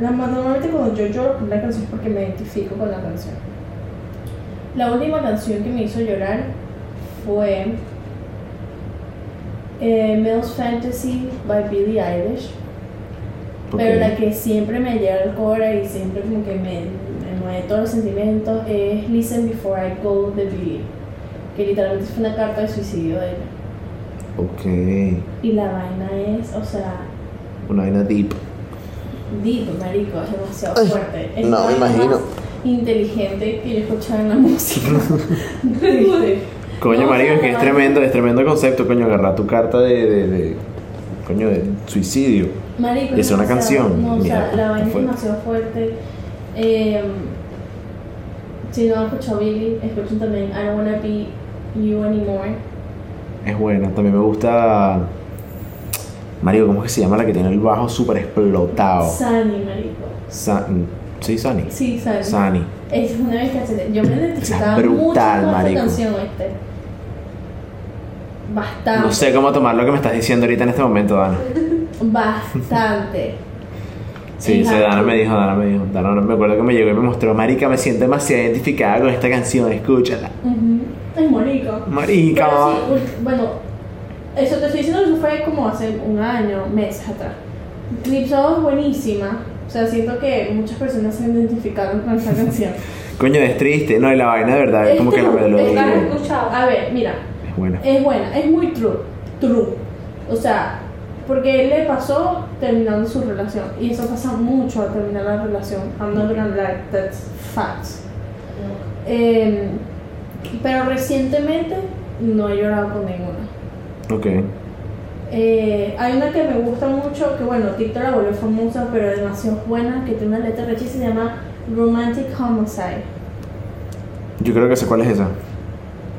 S2: La, normalmente cuando yo lloro con una canción es porque me identifico con la canción. La última canción que me hizo llorar fue eh, Male's Fantasy by Billie Eilish.
S1: Ok.
S2: Pero la que siempre me llega al core y siempre como que me, me mueve todos los sentimientos es Listen Before I Go de Billie. Que literalmente fue una carta de suicidio de ella.
S1: Ok.
S2: Y la vaina es, o sea,
S1: Una vaina deep.
S2: deep, marico, es demasiado
S1: Ay,
S2: fuerte. Es
S1: no,
S2: la
S1: me
S2: vaina
S1: imagino.
S2: más inteligente que yo he escuchado en la música. Triste.
S1: Coño,
S2: No,
S1: marico,
S2: no,
S1: es que es
S2: no.
S1: tremendo, es tremendo concepto, coño, agarrar tu carta de, de, de- coño, de suicidio.
S2: Marico,
S1: Y hacer una
S2: demasiado-
S1: canción,
S2: No, o sea,
S1: mierda,
S2: la vaina es
S1: fuerte.
S2: demasiado fuerte. Eh, si no han escuchado Billy, escuchen también I don't wanna be you anymore.
S1: Es buena, también me gusta, marico, ¿cómo es que se llama la que tiene el bajo súper explotado?
S2: Sunny, marico.
S1: Sa- mm, sí, Sani.
S2: Sí, Sunny.
S1: Sani.
S2: Es una vez que hace- Yo me identificaba
S1: brutal,
S2: mucho con esta
S1: marico.
S2: canción, este. Bastante.
S1: No sé cómo tomar lo que me estás diciendo ahorita en este momento, Dana.
S2: Bastante.
S1: Sí, sí,
S2: Exacto.
S1: Dana me dijo, Dana me dijo. Dana me acuerdo que me llegó y me mostró, marica, me siento demasiado identificada con esta canción, escúchala.
S2: Ujú. Es marico.
S1: Marica.
S2: Pero sí, ul- bueno, eso te estoy diciendo, eso fue como hace un año, meses atrás. Clipsado es buenísima. O sea, siento que muchas personas se identificaron con esa canción.
S1: Coño, es triste, no, y la vaina de verdad, es como que la
S2: Este,
S3: ¿La has
S1: melodía
S3: escuchado?
S2: A ver, mira,
S1: es buena.
S2: es buena, es muy true. True. O sea, porque él le pasó terminando su relación. Y eso pasa mucho al terminar la relación. I'm not gonna lie, that's facts. Em, pero recientemente no he llorado con ninguna.
S1: Ok.
S2: Eh, hay una que me gusta mucho, que bueno, TikTok la volvió famosa, pero es demasiado buena, que tiene una letra rechísima, se llama Romantic Homicide.
S1: Yo creo que sé cuál es esa.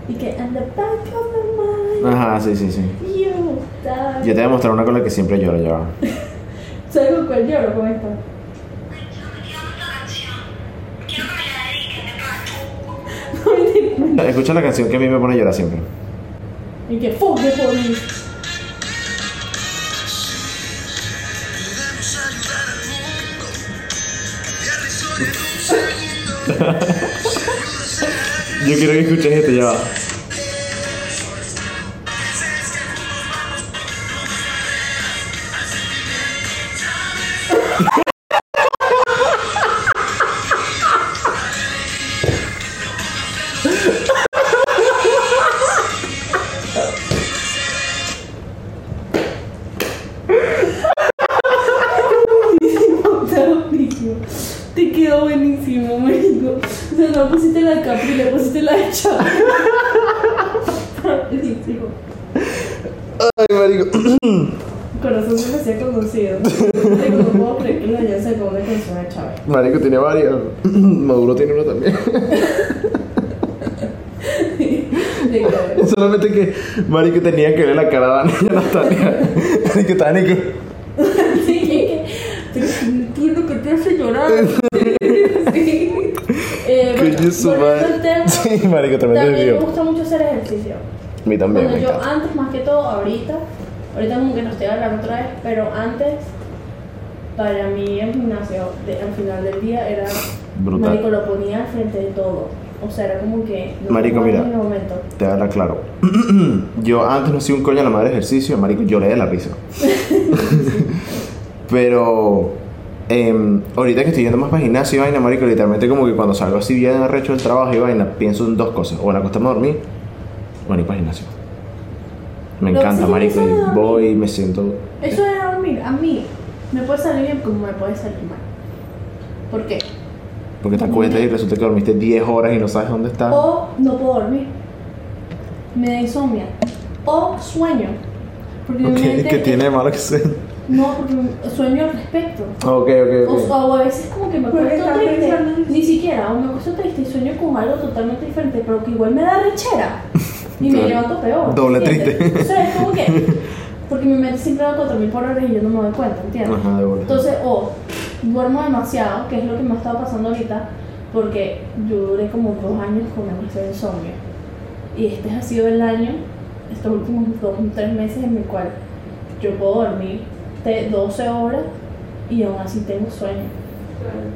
S2: Y que, and the back of my mind,
S1: Ajá, sí, sí, sí.
S2: you die.
S1: Yo te voy a mostrar una con la que siempre lloro yo.
S2: ¿Sabes con cuál lloro con esta? No, mentira.
S1: Escucha la canción que a mí me pone a llorar siempre.
S2: y que, fuck the police.
S1: Yo quiero que escuches esto, ya va.
S2: Está buenísimo. Te quedó buenísimo, marico. O sea, no pusiste la de Capri, le pusiste la de Chavo. Está buenísimo.
S1: Ay, marico.
S2: Corazón se me hacía conocido. Digo, no puedo creer que la ya sacó una canción a Chávez.
S1: Marico tiene varias. Maduro tiene una también.
S2: De cobre.
S1: Solamente que Marico tenía que ver la cara de Dani y a Natalia. Así que Dani que.
S2: Sí, es que tú- tú lo que te hace llorar. Sí. Eh, bueno,
S1: Coño, su
S2: volviendo al
S1: madre.
S2: tema,
S1: Sí, Marico, tremendo
S2: También me
S1: video.
S2: gusta mucho hacer ejercicio.
S1: A mí también,
S2: Cuando
S1: me
S2: yo
S1: encanta.
S2: antes, más que todo, ahorita, ahorita como que no estoy hablando otra vez, pero antes, para mí el gimnasio de- al final del día era.
S1: Brutal.
S2: Marico lo ponía al frente de todo. O sea, era como que. no
S1: Marico,
S2: tomaba
S1: mira.
S2: ni momento.
S1: Te voy a hablar claro. yo antes no hacía un coño a la madre de ejercicio, marico, lloré de la risa. Pero em, ahorita que estoy yendo más para gimnasio y vaina, marico, literalmente como que cuando salgo así bien arrecho del trabajo y vaina, pienso en dos cosas. O en acostarme a dormir, o en ir para gimnasio. Me
S2: Pero
S1: encanta,
S2: sí,
S1: marico.
S2: eso de
S1: y
S2: dormir.
S1: voy y me siento...
S2: Eso de dormir, a mí me puede salir bien como me puede salir mal. ¿Por qué?
S1: Porque te acuestas y resulta que dormiste 10 horas y no sabes dónde estás.
S2: O no puedo dormir. Me da insomnia. O sueño. Porque mi
S1: ¿Qué,
S2: mente-
S1: ¿Qué tiene de malo que sea?
S2: No, porque sueño al respecto.
S1: Ok,
S2: O,
S1: ok, ok.
S2: o a veces como que me
S4: Porque
S2: acuesto
S4: estás
S2: triste.
S4: pensando en-
S2: Ni siquiera, o me acuesto triste y sueño con algo totalmente diferente, pero que igual me da rechera. Y me
S1: Claro.
S2: levanto peor.
S1: Doble
S2: ¿entiendes?
S1: triste.
S2: O sea, es como que. Porque mi mente siempre va a 4.000 por horas y yo no me doy cuenta, ¿entiendes?
S1: Ajá, de bola.
S2: Entonces, o duermo demasiado, que es lo que me ha estado pasando ahorita, porque yo duré como dos años con una cuestión de insomnio. Y este ha sido el año, estos últimos dos tres meses, en el cual yo puedo dormir de 12 horas y aún así tengo sueño.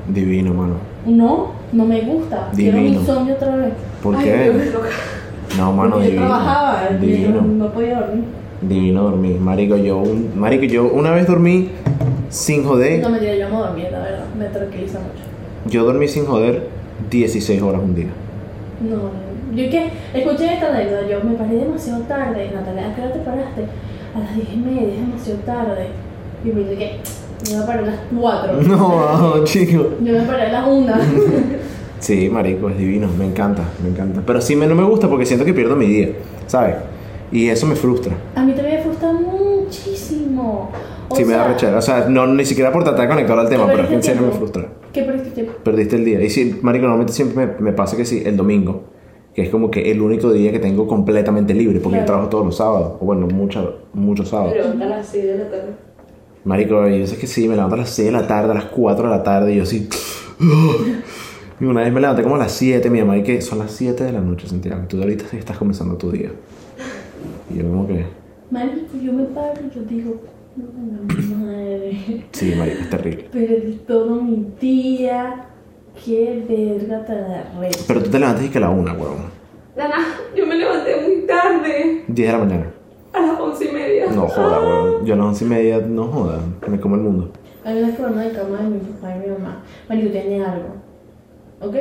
S1: Divino, mano.
S2: No, no me gusta. Quiero
S1: Divino.
S2: mi sueño otra vez.
S1: ¿Por
S3: Ay,
S1: qué?
S3: Dios, loca.
S1: No, mano,
S2: Porque yo
S1: divino.
S2: trabajaba, yo
S1: Divino.
S2: no podía dormir.
S1: Divino dormir. Marico, yo, un- marico, yo una vez dormí sin joder.
S2: No me yo me dormí, la verdad, me tranquiliza mucho.
S1: Yo dormí sin joder 16 horas un día.
S2: No, no. yo que escuché esta anécdota, yo me paré demasiado tarde, Natalia, ¿a qué hora te paraste? A las 10 y media, es demasiado tarde. Y me dije, yo me paré a las 4.
S1: No, chico.
S2: Yo me paré a las 1.
S1: Sí, marico, es divino, me encanta, me encanta. Pero sí me, no me gusta porque siento que pierdo mi día, ¿sabes? Y eso me frustra.
S2: A mí también me frustra muchísimo. O
S1: sí, me da
S2: sea,
S1: rechera. O sea, no, ni siquiera por tratar de conectar al tema,
S2: Pero
S1: pero es que en
S2: dice que
S1: serio me
S2: no.
S1: frustra.
S2: ¿Qué perdiste tiempo?
S1: Perdiste el día. Y sí, marico, normalmente siempre me, me pasa que sí, el domingo, que es como que el único día que tengo completamente libre, porque yo
S2: Claro.
S1: trabajo todos los sábados, o bueno, muchos muchos sábados.
S3: Pero a las 6 de la tarde.
S1: Marico, yo sé que sí, me levanto a las 6 de la tarde, a las 4 de la tarde, y yo sí. Y una vez me levanté como a las 7, mi mamá, y que son las 7 de la noche, Santiago. Tú ahorita sí estás comenzando tu día. Y yo, como que.
S2: Marico, yo me paro y yo digo, no, madre,
S1: Sí, Marico, es terrible.
S2: perdí todo mi día. Qué verga tan arrecha.
S1: Pero tú te levantas y que a la 1, huevón.
S3: Nana, yo me levanté muy tarde.
S1: 10 de la mañana.
S3: A las 11 y media.
S1: No joda, huevón. Yo a las 11 y media, no joda. Me como el mundo.
S2: Hay una cama de cama de mi papá y mi mamá. Marico, tiene algo. ¿Ok?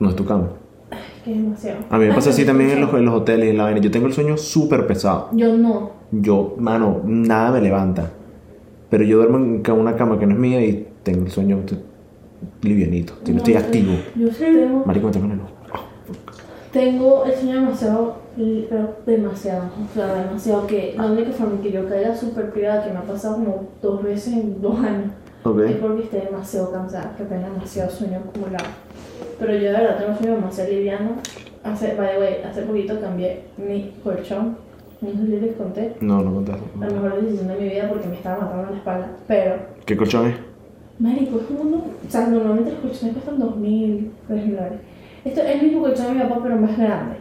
S1: No es tu cama.
S2: Que es demasiado.
S1: A mí me pasa
S2: Ay,
S1: así
S2: no,
S1: también
S2: no.
S1: en los, en los hoteles, en la vaina. Yo tengo el sueño súper pesado.
S2: Yo no.
S1: Yo, mano, nada me levanta. Pero yo duermo en ca- una cama que no es mía y tengo el sueño t- livianito. Yo
S2: No,
S1: estoy
S2: yo-
S1: activo.
S2: Yo sí tengo,
S1: Marico, me tengo en el ojo.
S2: tengo el sueño demasiado, pero demasiado. O sea, demasiado que la única forma en que yo caiga súper privada, que me ha pasado como dos veces en dos años, es
S1: Ok.
S2: porque estoy demasiado cansada, que tengo demasiado sueño acumulado. Pero yo de verdad tengo un sueño demasiado liviano. Hace, by the way, hace poquito cambié mi colchón. No sé si les conté.
S1: No, no contaste.
S2: la mejor decisión de mi vida porque me estaba matando la espalda. Pero,
S1: ¿Qué colchón es?
S2: marico, es como uno- O sea, normalmente los colchones cuestan 2.000, 3.000 dólares. Esto es el mismo colchón de mi papá, pero más grande.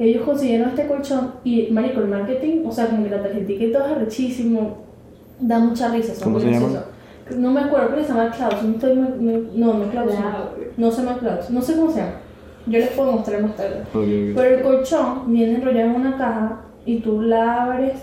S2: Ellos consiguieron este colchón y, marico, el marketing, o sea, como que la tarjetita y todo es arrechísimo. Da mucha risa. son
S1: ¿Cómo se
S2: muy
S1: llaman?
S2: graciosos. No me acuerdo, pero se llama Klaus. No, estoy, muy- muy- no, no es Klaus.
S3: Claro.
S2: No se llama Klaus. No sé cómo se llama. Yo les puedo mostrar más tarde.
S1: Ok, ok.
S2: Pero el colchón viene enrollado en una caja y tú la abres,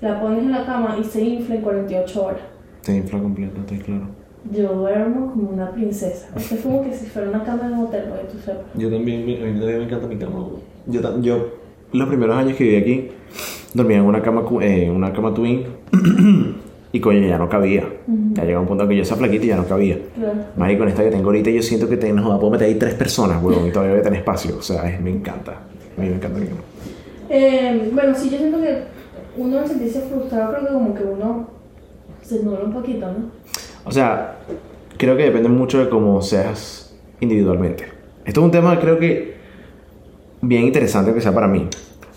S2: la pones en la cama y se infla en 48 horas.
S1: Se infla completo, estoy claro.
S2: Yo duermo como una princesa. O sea, es como que si fuera una cama de un hotel, para que tú sepas.
S1: Yo también, a mí también me encanta mi cama. Yo, ta- yo, los primeros años que viví aquí, dormía en una cama, cu- eh, una cama twin y coño, ya no cabía. Ya llegaba un punto en que yo esa flaquita y ya no cabía.
S2: Claro.
S1: Marico, con esta que tengo ahorita, yo siento que te, no, joda, puedo meter ahí tres personas, huevón, y todavía voy a tener espacio. O sea, es- me encanta. A mí me encanta mi cama.
S2: Eh, bueno, sí, yo siento que uno al sentirse frustrado, creo que como que uno se nubla un poquito, ¿no?
S1: O sea, creo que depende mucho de cómo seas individualmente. Esto es un tema, creo que, bien interesante que sea para mí.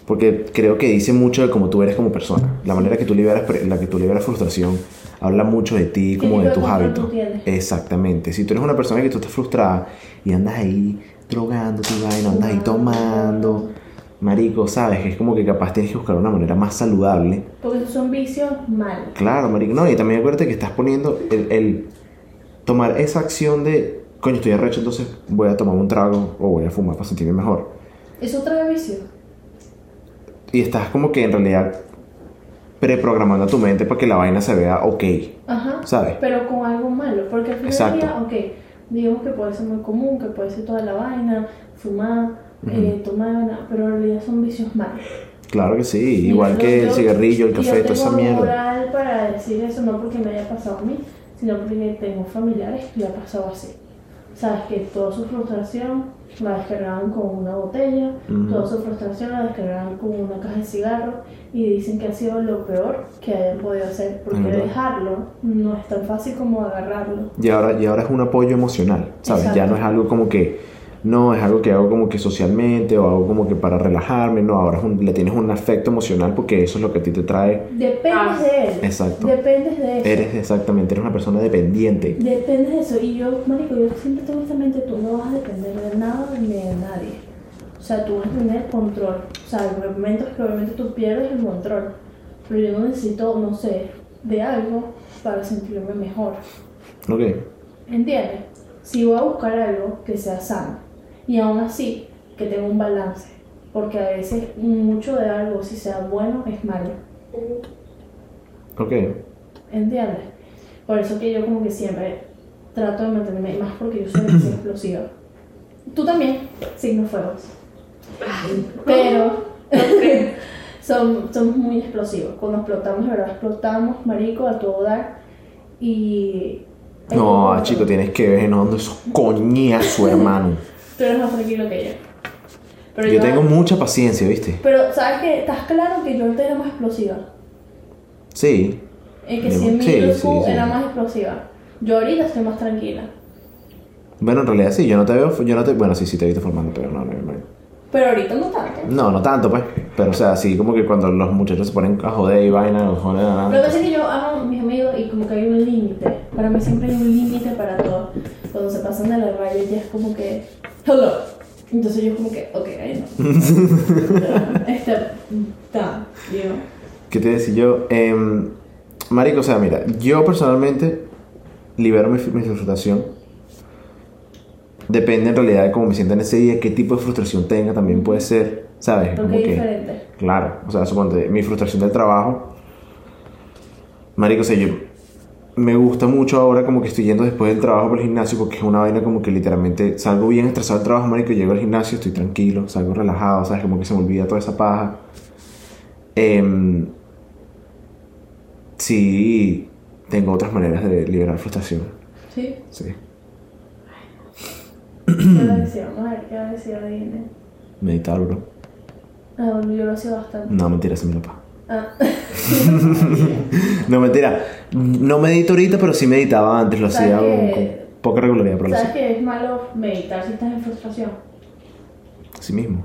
S1: Porque creo que dice mucho de cómo tú eres como persona. La manera que tú liberas, pre- la que tú liberas frustración, habla mucho de ti,
S2: ¿Qué
S1: como
S2: tipo
S1: de
S2: de
S1: tus
S2: control
S1: hábitos.
S2: tú tienes?
S1: Exactamente. Si tú eres una persona que tú estás frustrada y andas ahí drogando tu vaina, andas ahí tomando, marico, sabes que es como que capaz tienes que buscar una manera más saludable
S2: Porque esos son vicios malos.
S1: Claro, marico. No, y también acuérdate que estás poniendo el, el tomar esa acción de, coño, estoy arrecho, entonces voy a tomar un trago o voy a fumar para sentirme mejor.
S2: Es otra vicio.
S1: Y estás como que en realidad preprogramando a tu mente para que la vaina se vea ok.
S2: Ajá.
S1: ¿Sabes?
S2: Pero con algo malo, porque al final
S1: Exacto.
S2: del día, ok, digamos que puede ser muy común, que puede ser toda la vaina, fumar, eh, tomar, vaina, pero en realidad son vicios malos.
S1: Claro que sí.
S2: Y
S1: Igual
S2: yo-
S1: que el
S2: yo-
S1: cigarrillo, el
S2: yo
S1: café, toda esa
S2: tengo
S1: mierda.
S2: moral para decir eso, no porque me haya pasado a mí, sino porque tengo familiares que le ha pasado así. Sabes que toda su frustración la descargaban con una botella,
S1: Ujú.
S2: toda su frustración la descargaban con una caja de cigarros y dicen que ha sido lo peor que hayan podido hacer, porque
S1: Es verdad.
S2: dejarlo no es tan fácil como agarrarlo.
S1: Y ahora, y ahora es un apoyo emocional, ¿sabes? Ya
S2: Exacto.
S1: no es algo como que, no, es algo que hago como que socialmente o hago como que para relajarme, no, ahora es un- le tienes un afecto emocional porque eso es lo que a ti te trae.
S2: Dependes
S3: Ah,
S2: de él.
S1: exacto.
S2: Dependes de eso.
S1: Eres exactamente, eres una persona dependiente.
S2: Dependes de eso. Y yo, marico, yo siempre tengo esta mente, tú no vas a depender de nada ni de nadie. O sea, tú vas a tener control. O sea, hay momentos que obviamente tú pierdes el control. Pero yo no necesito, no sé, de algo para sentirme mejor.
S1: Ok,
S2: ¿Entiendes? Si voy a buscar algo que sea sano y aún así que tenga un balance, porque a veces mucho de algo, si sea bueno, es malo.
S1: ok,
S2: ¿Entiendes? Por eso que yo como que siempre trato de mantenerme, y más porque yo soy muy explosiva. Tú también, signo fuegos. Pero
S3: Ok.
S2: son, somos muy explosivos. Cuando explotamos, de verdad, explotamos, marico, a todo dar. Y...
S1: No, ah, chico, tienes que ver en hondo esos coñazos, hermano.
S2: Tú eres más tranquilo que yo. Pero
S1: Yo tengo mucha paciencia, ¿viste?
S2: Pero, ¿sabes qué? Estás claro que yo antes era más explosiva.
S1: Sí,
S2: En que
S1: Yo-
S2: si en mi
S1: sí,
S2: grupo
S1: sí, sí.
S2: era más explosiva. Yo ahorita estoy más tranquila.
S1: bueno, en realidad sí, yo no te veo, yo no te, bueno, sí, sí te he visto formando, pero no, no, no.
S2: Pero ahorita no tanto.
S1: No, no tanto, pues. Pero, o sea, sí, como que cuando los muchachos se ponen a joder y vaina, o joder, nada.
S2: Lo que pasa es que yo amo a mis amigos y como que hay un límite. Para mí siempre hay un límite para todo. Cuando se pasan de la raya ya es como que... Hello. Entonces yo es como que, ok, ahí no. este, está, digo.
S1: ¿Qué te decía yo? Em, marico, o sea, mira, yo personalmente libero mi, mi frustración. Depende en realidad de cómo me sienta en ese día, qué tipo de frustración tenga también puede ser, ¿sabes?
S2: Porque es diferente.
S1: Claro, o sea, suponte, mi frustración del trabajo. Marico, o sea, yo me gusta mucho ahora como que estoy yendo después del trabajo por el gimnasio porque es una vaina como que literalmente salgo bien estresado del trabajo, marico, llego al gimnasio, estoy tranquilo, salgo relajado, sabes, como que se me olvida toda esa paja. Em, sí, tengo otras maneras de liberar frustración,
S2: ¿Sí?
S1: sí.
S2: ¿Qué va a decir? Vamos a ver, ¿qué va a decir? Adivinen.
S1: Meditar, bro.
S2: Ah, bueno, yo lo hacía bastante.
S1: No, mentira, se me lo paja.
S2: Ah.
S1: No, mentira. No medito ahorita, pero sí meditaba antes. Lo
S2: ¿Sabes
S1: hacía con,
S2: qué?
S1: con poca regularidad, pero lo
S2: ¿Sabes
S1: hacía.
S2: que es malo meditar si estás en frustración?
S1: Así mismo.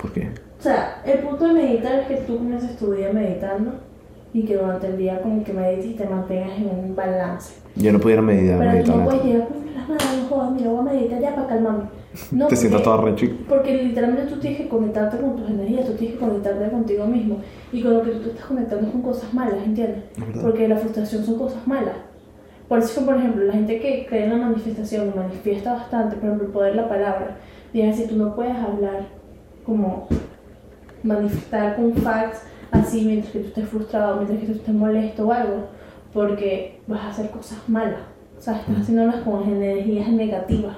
S1: ¿Por qué?
S2: O sea, el punto de meditar es que tú comiences tu día meditando y que durante el día como que medites y te mantengas en un balance.
S1: Yo no pudiera meditar.
S2: Pero tú
S1: meditar
S2: no
S1: nada.
S2: puedes llegar como que las manos, no jodas, mira, voy a meditar ya para calmarme. No,
S1: Te sientas
S2: porque-
S1: toda re chica.
S2: Porque literalmente tú tienes que conectarte con tus energías, tú tienes que conectarte contigo mismo. Y con lo que tú te estás conectando es con cosas malas, ¿entiendes?
S1: Es verdad.
S2: Porque la frustración son cosas malas. Por eso, por ejemplo, la gente que cree en la manifestación y manifiesta bastante, por ejemplo, el poder de la palabra, digan si tú no puedes hablar como manifestar con facts así mientras que tú estés frustrado, mientras que tú estés molesto o algo, porque vas a hacer cosas malas. O sea, estás haciéndolas con energías negativas.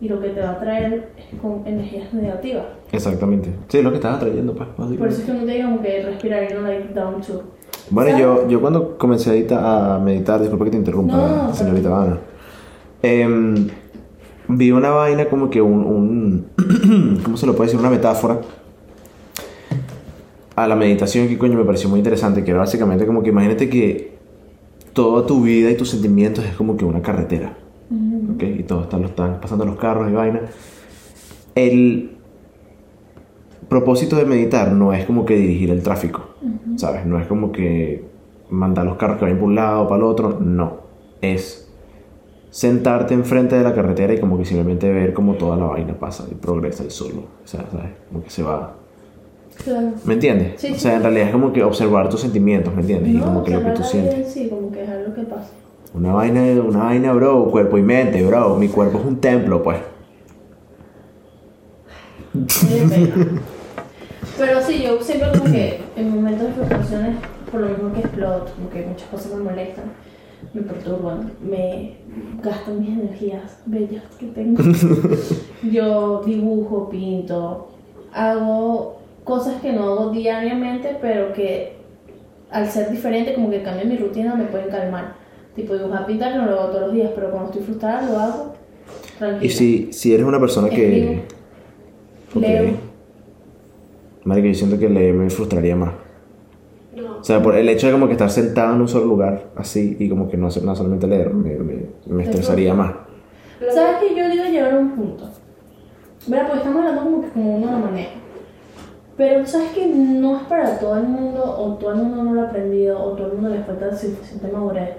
S2: Y lo que te va a traer es con energías negativas.
S1: Exactamente. Sí, es lo que estás atrayendo, pues. básicamente.
S2: Por eso es que uno tiene como que respirar y no like down to.
S1: Bueno,
S2: ¿Sabes?
S1: yo, yo cuando comencé a edita- a meditar, disculpa que te interrumpa,
S2: No,
S1: señorita Ana, em, vi una vaina como que un, un- ¿cómo se lo puede decir? Una metáfora a la meditación que coño me pareció muy interesante, que era básicamente como que imagínate que toda tu vida y tus sentimientos es como que una carretera. ¿ok? Y todos están, los- están pasando los carros y vaina. El propósito de meditar no es como que dirigir el tráfico, ¿sabes? No es como que mandar los carros que vayan por un lado para el otro, no. Es sentarte enfrente de la carretera y como que simplemente ver cómo toda la vaina pasa y progresa el solo, o sea, ¿sabes? Como que se va...
S2: Claro.
S1: ¿Me entiendes?
S2: Sí,
S1: o
S2: sí.
S1: sea, en realidad es como que observar tus sentimientos, ¿me entiendes? y
S2: No,
S1: como que lo que
S2: observar
S1: tú
S2: la
S1: sientes.
S2: vida en Sí, como que es algo que pasa.
S1: Una vaina, una vaina, bro, cuerpo y mente, bro. Mi cuerpo es un templo, pues.
S2: Oye, pero- Pero sí, yo siempre como que en momentos de frustraciones, por lo mismo que exploto, como que muchas cosas me molestan, me perturban, me gastan mis energías bellas que tengo. Yo dibujo, pinto, hago cosas que no hago diariamente, pero que al ser diferente, como que cambia mi rutina, me pueden calmar. Tipo dibujar, pintar, no lo hago todos los días, pero cuando estoy frustrada lo hago tranquila.
S1: Y si, si eres una persona que.
S2: Escribo, leo.
S1: Madre, que yo siento que leer me frustraría más.
S3: No.
S1: O sea, por el hecho de como que estar sentado en un solo lugar, así, y como que no, hacer- no solamente leer, me, me, me
S2: Te
S1: estresaría más.
S3: Lo-
S2: ¿Sabes que yo digo llegar a un a un punto. ¿Verdad? Porque estamos hablando como que como uno lo maneja. Pero sabes que no es para todo el mundo, o todo el mundo no lo ha aprendido, o todo el mundo le falta suficiente madurez.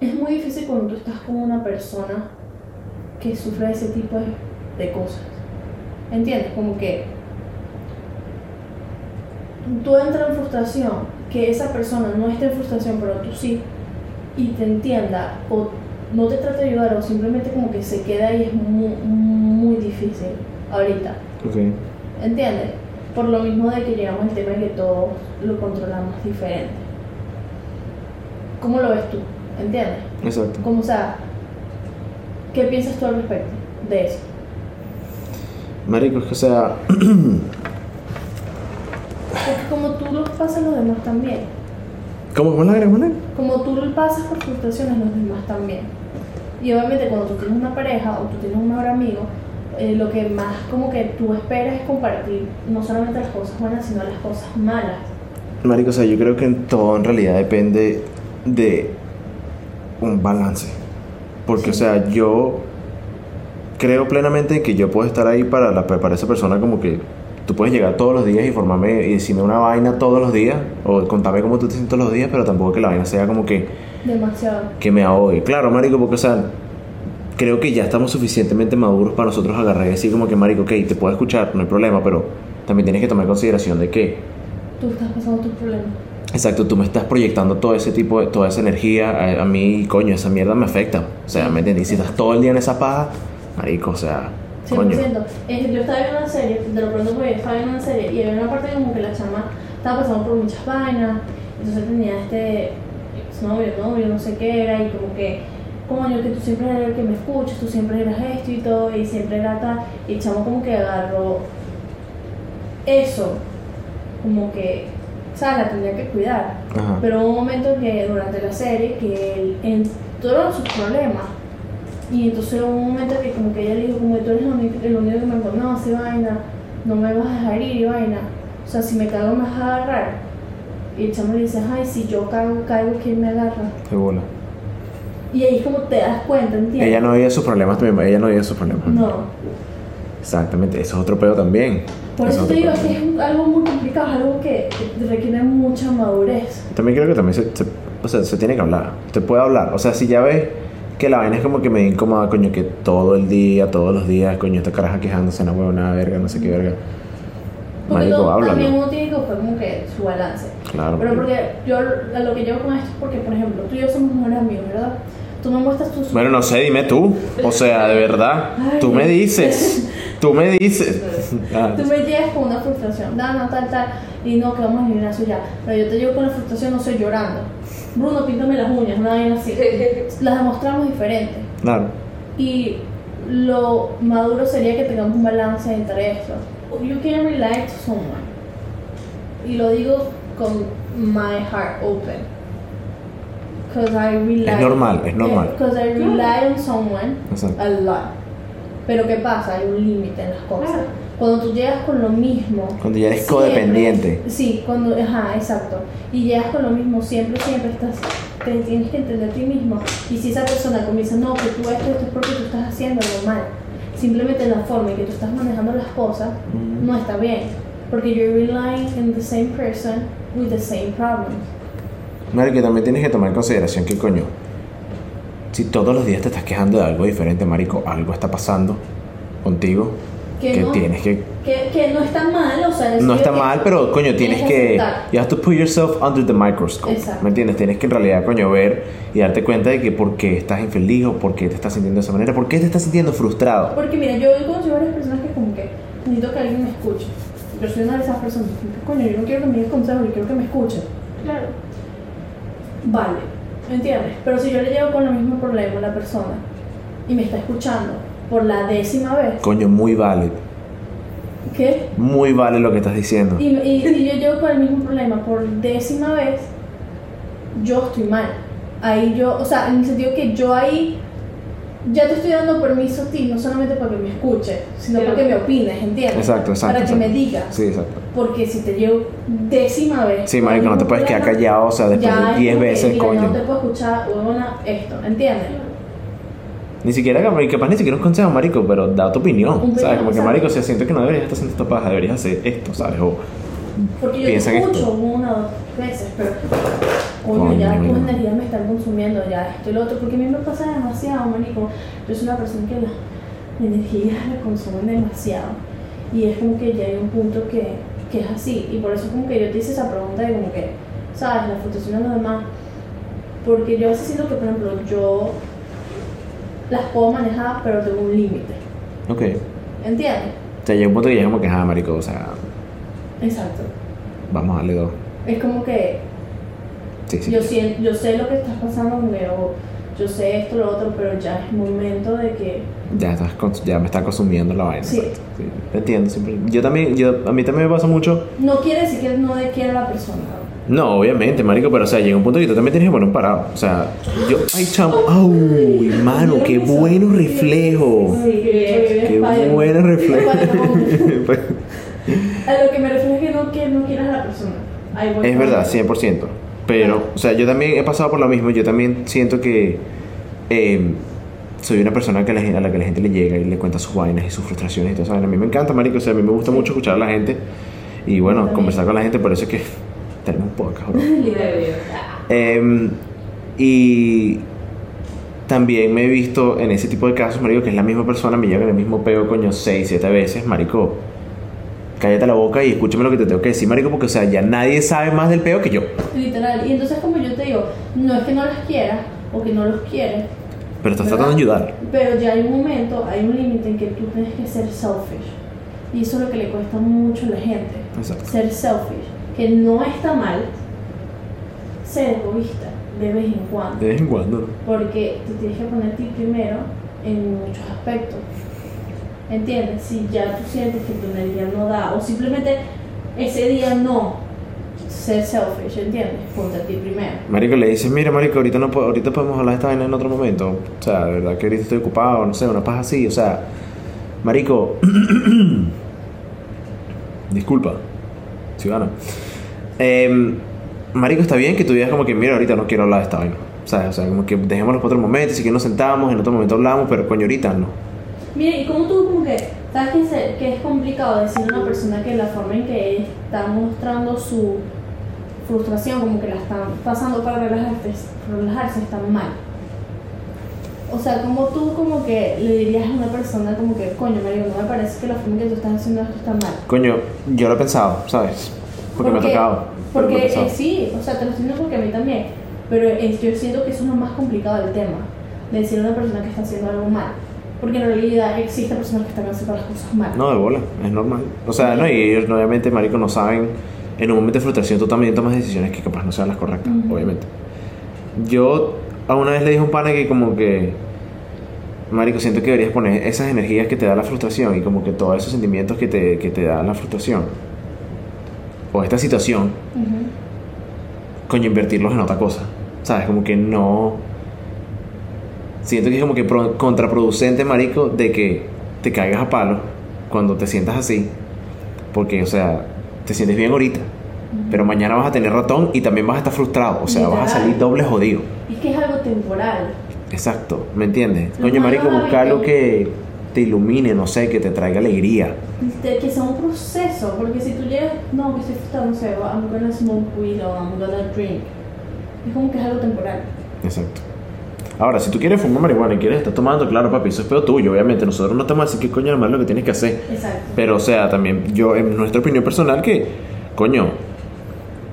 S2: Es muy difícil cuando tú estás con una persona que sufre de ese tipo de, de cosas. ¿Entiendes? Como que tú entras en frustración, que esa persona no esté en frustración, pero tú sí, y te entienda, o no te trate de ayudar, o simplemente como que se queda ahí, es muy, muy difícil ahorita.
S1: Ok.
S2: ¿Entiendes? Por lo mismo de que llegamos al tema de que todos lo controlamos diferente. ¿Cómo lo ves tú? ¿Entiendes?
S1: Exacto.
S2: Como, o sea, ¿qué piensas tú al respecto de eso?
S1: Marico, es que o sea,
S2: Porque como tú lo pasas, los demás también.
S1: ¿cómo con lágrimas, Manuel?
S2: Como tú lo pasas por frustraciones, los demás también. Y obviamente cuando tú tienes una pareja o tú tienes un mejor amigo, eh, lo que más como que tú esperas es compartir no solamente las cosas buenas, sino las cosas malas.
S1: Marico, o sea, yo creo que en todo en realidad depende de un balance. Porque,
S2: Sí.
S1: o sea, yo creo plenamente que yo puedo estar ahí para, la, para esa persona como que tú puedes llegar todos los días y formarme y decirme una vaina todos los días o contarme cómo tú te sientes todos los días, pero tampoco que la vaina sea como que
S2: Demasiado.
S1: que me ahogue. Claro, marico, porque, o sea, creo que ya estamos suficientemente maduros para nosotros agarrar y decir como que, marico, ok, te puedo escuchar, no hay problema, pero también tienes que tomar en consideración de que,
S2: Tú estás pasando tus problemas.
S1: exacto, tú me estás proyectando todo ese tipo, de, toda esa energía a, a mí, coño, esa mierda me afecta. O sea, ¿me entiendes? Y Si estás todo el día en esa paja, marico, o sea,
S2: 100%.
S1: coño.
S2: Eh, yo estaba viendo una serie, te lo pregunto porque yo estaba viendo una serie y había una parte como que la chama estaba pasando por muchas vainas, entonces tenía este exnovio, novio, no sé qué era, y como que, coño, que tú siempre eras el que me escuchas, tú siempre eras esto y todo, y siempre era tal, y el chamo como que agarró eso, como que, o sea, la tenía que cuidar.
S1: Ajá.
S2: Pero hubo un momento que durante la serie que él entró en sus problemas. Y entonces hubo un momento que como que ella le dijo, como que tú eres el único, el único que me conoce, vaina, no me vas a dejar ir, y vaina. O sea, si me cago me vas a agarrar. Y el chamo le dice, ay, si yo cago, caigo, ¿quién me agarra?
S1: Qué bola.
S2: Y ahí es como te das cuenta, ¿entiendes?
S1: Ella no veía sus problemas también, ella no veía sus problemas.
S2: No.
S1: Exactamente, eso es otro pedo también.
S2: Por
S1: Eso
S2: eso
S1: es
S2: te
S1: otro
S2: digo, es
S1: pedo.
S2: que es un- algo muy complicado, es algo que requiere mucha madurez.
S1: También creo que también se, se- o sea, se tiene que hablar. Te puede hablar. O sea, si ya ves que la vaina es como que me incomoda, coño, que todo el día, todos los días, coño, esta caraja quejándose, no huevo, nada, verga, no sé qué verga.
S2: Porque
S1: Marico,
S2: todo-
S1: háblalo.
S2: también uno tiene que buscar como que su balance.
S1: Claro.
S2: Pero
S1: marico.
S2: porque yo a lo que llevo con esto es porque, por ejemplo, tú y yo somos mejores amigos, ¿verdad? Tú me muestras tus.
S1: Bueno, no sé, dime tú. O sea, de verdad,
S2: Ay.
S1: tú me dices. Tú me dices. Ah,
S2: Tú me llegas con una frustración, no, no, tal, tal, y no, que vamos al gimnasio ya. Pero yo te llevo con la frustración, no sé, llorando. Bruno, píntame las uñas, una vaina así. Las demostramos diferentes.
S1: claro.
S2: Y lo maduro sería que tengamos un balance entre esto. You can relate to someone. Y lo digo con my heart open. Because I rely.
S1: Es normal, es normal.
S2: Because I rely on someone
S1: Exacto.
S2: a lot. Pero ¿qué pasa? Hay un límite en las cosas.
S3: Claro.
S2: Cuando tú llegas con lo mismo.
S1: Cuando ya eres
S2: siempre-
S1: codependiente.
S2: Sí, cuando. Ajá, exacto. Y llegas con lo mismo, siempre, siempre estás. Te tienes que entender a ti mismo. Y si esa persona comienza, no, que tú esto, esto es porque tú estás haciendo algo mal. Simplemente la forma en que tú estás manejando las cosas
S1: Ujú.
S2: no está bien. Porque you're relying on the same person with the same problems.
S1: Marico, y también tienes que tomar en consideración que, coño, si todos los días te estás quejando de algo diferente, marico, algo está pasando contigo
S2: Que,
S1: que
S2: no,
S1: tienes que
S2: que, que no está mal, o sea, es
S1: No
S2: que-
S1: está mal, pero coño, tienes
S2: Tienes que
S1: que.
S2: aceptar.
S1: You have to put yourself under the microscope.
S2: Exacto.
S1: ¿Me entiendes? Tienes que en realidad, coño, ver y darte cuenta de que por qué estás infeliz o por qué te estás sintiendo de esa manera, por qué te estás sintiendo frustrado.
S2: Porque mira, yo conozco varias personas que como que necesito que alguien me escuche. Yo soy una de esas personas. como que, Coño, yo no quiero que me des consejos, yo quiero que me escuchen.
S3: Claro.
S2: Vale, ¿me entiendes? Pero si yo le llevo con el mismo problema a la persona y me está escuchando por la décima vez,
S1: Coño, muy vale.
S2: ¿qué?
S1: Muy vale lo que estás diciendo.
S2: Y, y- y yo llevo con el mismo problema por décima vez, yo estoy mal. Ahí yo, o sea, en el sentido que yo ahí ya te estoy dando permiso a ti, no solamente para que me escuches, sino
S3: Claro.
S2: para que me opines, ¿entiendes?
S1: Exacto, exacto,
S2: Para que
S1: exacto.
S2: me digas.
S1: Sí, exacto.
S2: Porque si te llevo décima vez.
S1: Sí, marico, no te puedes quedar callado, o sea, después de
S2: Ya es
S1: 10
S2: como que,
S1: veces,
S2: mira,
S1: coño.
S2: No te puedo escuchar, huevona, esto, ¿entiendes?
S1: Ni siquiera, capaz- capaz ni siquiera un consejo, marico, pero da tu opinión,
S2: Un
S1: ¿sabes?
S2: pequeño
S1: Como que,
S2: mensaje.
S1: marico, si siento que no deberías estar haciendo esta paja, deberías hacer esto, ¿sabes? O,
S2: Porque yo te
S1: Piensa en
S2: escucho
S1: esto.
S2: una o dos veces, pero coño,
S1: Coño,
S2: ya tus
S1: mira.
S2: energías me están consumiendo, ya esto y lo otro, porque a mí me pasa demasiado, manico. Yo soy una persona que las energías me consumen demasiado. Y es como que ya hay un punto que, que es así. Y por eso como que yo te hice esa pregunta de como que, ¿sabes? La frustración de los demás. Porque yo a veces siento que, por ejemplo, yo las puedo manejar, pero tengo un límite.
S1: ok.
S2: ¿Entiendes?
S1: O sea, llega un punto que ya como que, ah, marico, o sea,
S2: Exacto.
S1: vamos a darle dos.
S2: Es como que
S1: Sí, sí.
S2: Yo, sien- yo sé lo que estás pasando, pero yo sé esto, lo otro, pero ya es momento de que...
S1: ya, estás cons- ya me está consumiendo la vaina.
S2: Sí.
S1: exacto. Sí, te entiendo. siempre- Yo también, yo, a mí también me pasa mucho.
S2: No quiere decir que no de quiera la persona.
S1: No, obviamente, marico, pero o sea, llega un punto que tú también tienes que poner un parado. O sea, yo, ay, chamo,
S2: Oh,
S1: uy, mano, qué bueno reflejo. Qué Oh, buen reflejo. Pues,
S2: A lo que me refiero es que no, que no quieras a la persona. Ahí voy
S1: es
S2: con-
S1: verdad, 100%. Pero, o sea, yo también he pasado por lo mismo. Yo también siento que eh, soy una persona que la gen- a la que la gente le llega y le cuenta sus vainas y sus frustraciones y todo eso. A mí me encanta, marico. O sea, a mí me gusta mucho escuchar a la gente y, bueno,
S2: También.
S1: conversar con la gente. Por eso es que tenemos un podcast, bro.
S2: Literal.
S1: Em, y también me he visto en ese tipo de casos, marico, que es la misma persona, me lleva con el mismo peo, coño, 6, 7 veces, marico. Cállate la boca y escúchame lo que te tengo que decir, marico, porque, o sea, ya nadie sabe más del peo que yo.
S2: Literal. Y entonces como yo te digo, no es que no las quieras o que no los quieres,
S1: Pero estás
S2: ¿Verdad?
S1: tratando de ayudar.
S2: Pero ya hay un momento, hay un límite en que tú tienes que ser selfish. Y eso es lo que le cuesta mucho a la gente.
S1: Exacto.
S2: Ser selfish. Que no está mal ser egoísta de vez en cuando.
S1: De vez en cuando.
S2: Porque tú tienes que poner a ti primero en muchos aspectos. ¿Entiendes? Si ya tú sientes que tu energía no da o simplemente ese día no, ser selfish, ¿entiendes? Ponte a ti primero.
S1: Marico le dices, mira, marico, ahorita, no puedo- ahorita podemos hablar de esta vaina en otro momento. O sea, de verdad que ahorita estoy ocupado, no sé, una paja así, o sea, marico, disculpa, ciudadano. Em, marico, está bien que tú digas como que, mira, ahorita no quiero hablar de esta vaina. O sea, o sea, como que dejémoslo para otro momento, si que nos sentamos, en otro momento hablamos, pero coño, ahorita no.
S2: Mire, y como tú, como que, ¿sabes que, se- que es complicado decirle a una persona que la forma en que está mostrando su frustración, como que la están pasando para relajarse, relajarse está mal? O sea, como tú, como que le dirías a una persona, como que, coño, Mario, no me parece que la forma en que tú estás haciendo esto está mal.
S1: Coño, yo lo he pensado, ¿sabes? Porque me ha tocado. pero lo he
S2: Porque
S1: pensado.
S2: eh, sí, o sea, te lo estoy diciendo porque a mí también. Pero eh, yo siento que eso es lo más complicado del tema. De decir a una persona que está haciendo algo mal. Porque en realidad existen personas que están haciendo las cosas mal.
S1: No, de bola, es normal. O sea, no, y ellos obviamente, marico, no saben. En un momento de frustración tú también tomas decisiones que capaz no sean las correctas,
S2: Ujú.
S1: obviamente. Yo a una vez le dije a un pana que como que... Marico, siento que deberías poner esas energías que te da la frustración y como que todos esos sentimientos que te, que te da la frustración. O esta situación,
S2: Ujú.
S1: coño, invertirlos en otra cosa. ¿Sabes? Como que no. Siento que es como que pro- contraproducente, marico, de que te caigas a palo cuando te sientas así. Porque, o sea, te sientes bien ahorita. Pero mañana vas a tener ratón y también vas a estar frustrado. O sea, vas a
S2: Literal.
S1: salir doble jodido.
S2: Es que es algo temporal.
S1: Exacto, ¿me entiendes?
S2: Lo
S1: Coño,
S2: malo
S1: marico,
S2: es
S1: busca algo
S2: que-
S1: que te ilumine, no sé, que te traiga alegría.
S2: De que sea un proceso. Porque si tú llegas, no, que estoy frustrado, no sé, I'm gonna smoke weed o I'm gonna drink. Es como que es algo temporal.
S1: Exacto. Ahora, si tú quieres fumar marihuana y quieres estar tomando, claro, papi, eso es pedo tuyo, obviamente. Nosotros no estamos así que coño, nomás lo que tienes que hacer.
S2: Exacto.
S1: Pero, o sea, también yo, en nuestra opinión personal, que, coño,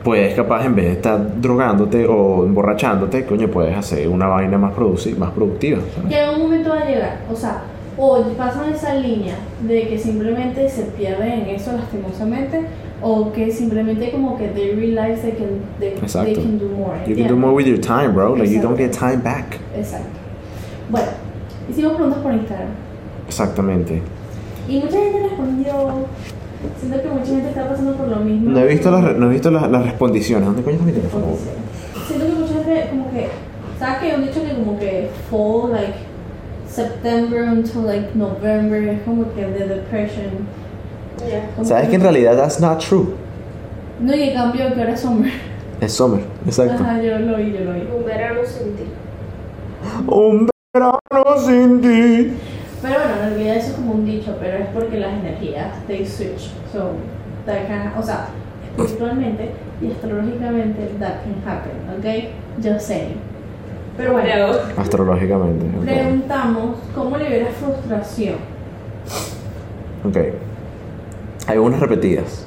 S1: puedes capaz, en vez de estar drogándote o emborrachándote, coño, puedes hacer una vaina más, produci- más productiva. ¿sabes?
S2: Que en algún momento va a llegar. O sea, o pasan esa línea de que simplemente se pierden en eso lastimosamente. O que simplemente como que they realize they can, they, they
S1: Exacto.
S2: can do more.
S1: You can
S2: ¿entiendes?
S1: do more with your time, bro. Like, you don't get
S2: Exacto.
S1: time back.
S2: Exacto. Bueno, hicimos preguntas por Instagram.
S1: Exactamente.
S2: Y mucha gente respondió. Siento que mucha gente está pasando por lo mismo.
S1: No he visto las, re- no he visto las, las respondiciones. ¿Dónde coño está mi teléfono?
S2: Siento que mucha gente como que. ¿Sabes que han dicho que como que fall like September until like November es como que the depression.
S3: Ya.
S2: Como
S1: ¿Sabes que en realidad that's not true?
S2: No y en cambio que ahora es summer.
S1: Es summer. Exacto.
S2: Ajá, yo lo vi, yo lo vi.
S3: Un verano sin ti.
S1: Un verano sin ti.
S2: Pero bueno, en realidad eso es como un dicho, pero es porque las energías, they switch. So, that can, o sea, espiritualmente y astrológicamente, that can happen, ¿ok? Just saying. Pero bueno,
S3: Pero,
S1: Astrológicamente. ok.
S2: preguntamos cómo liberas frustración,
S1: Ok. Hay unas repetidas.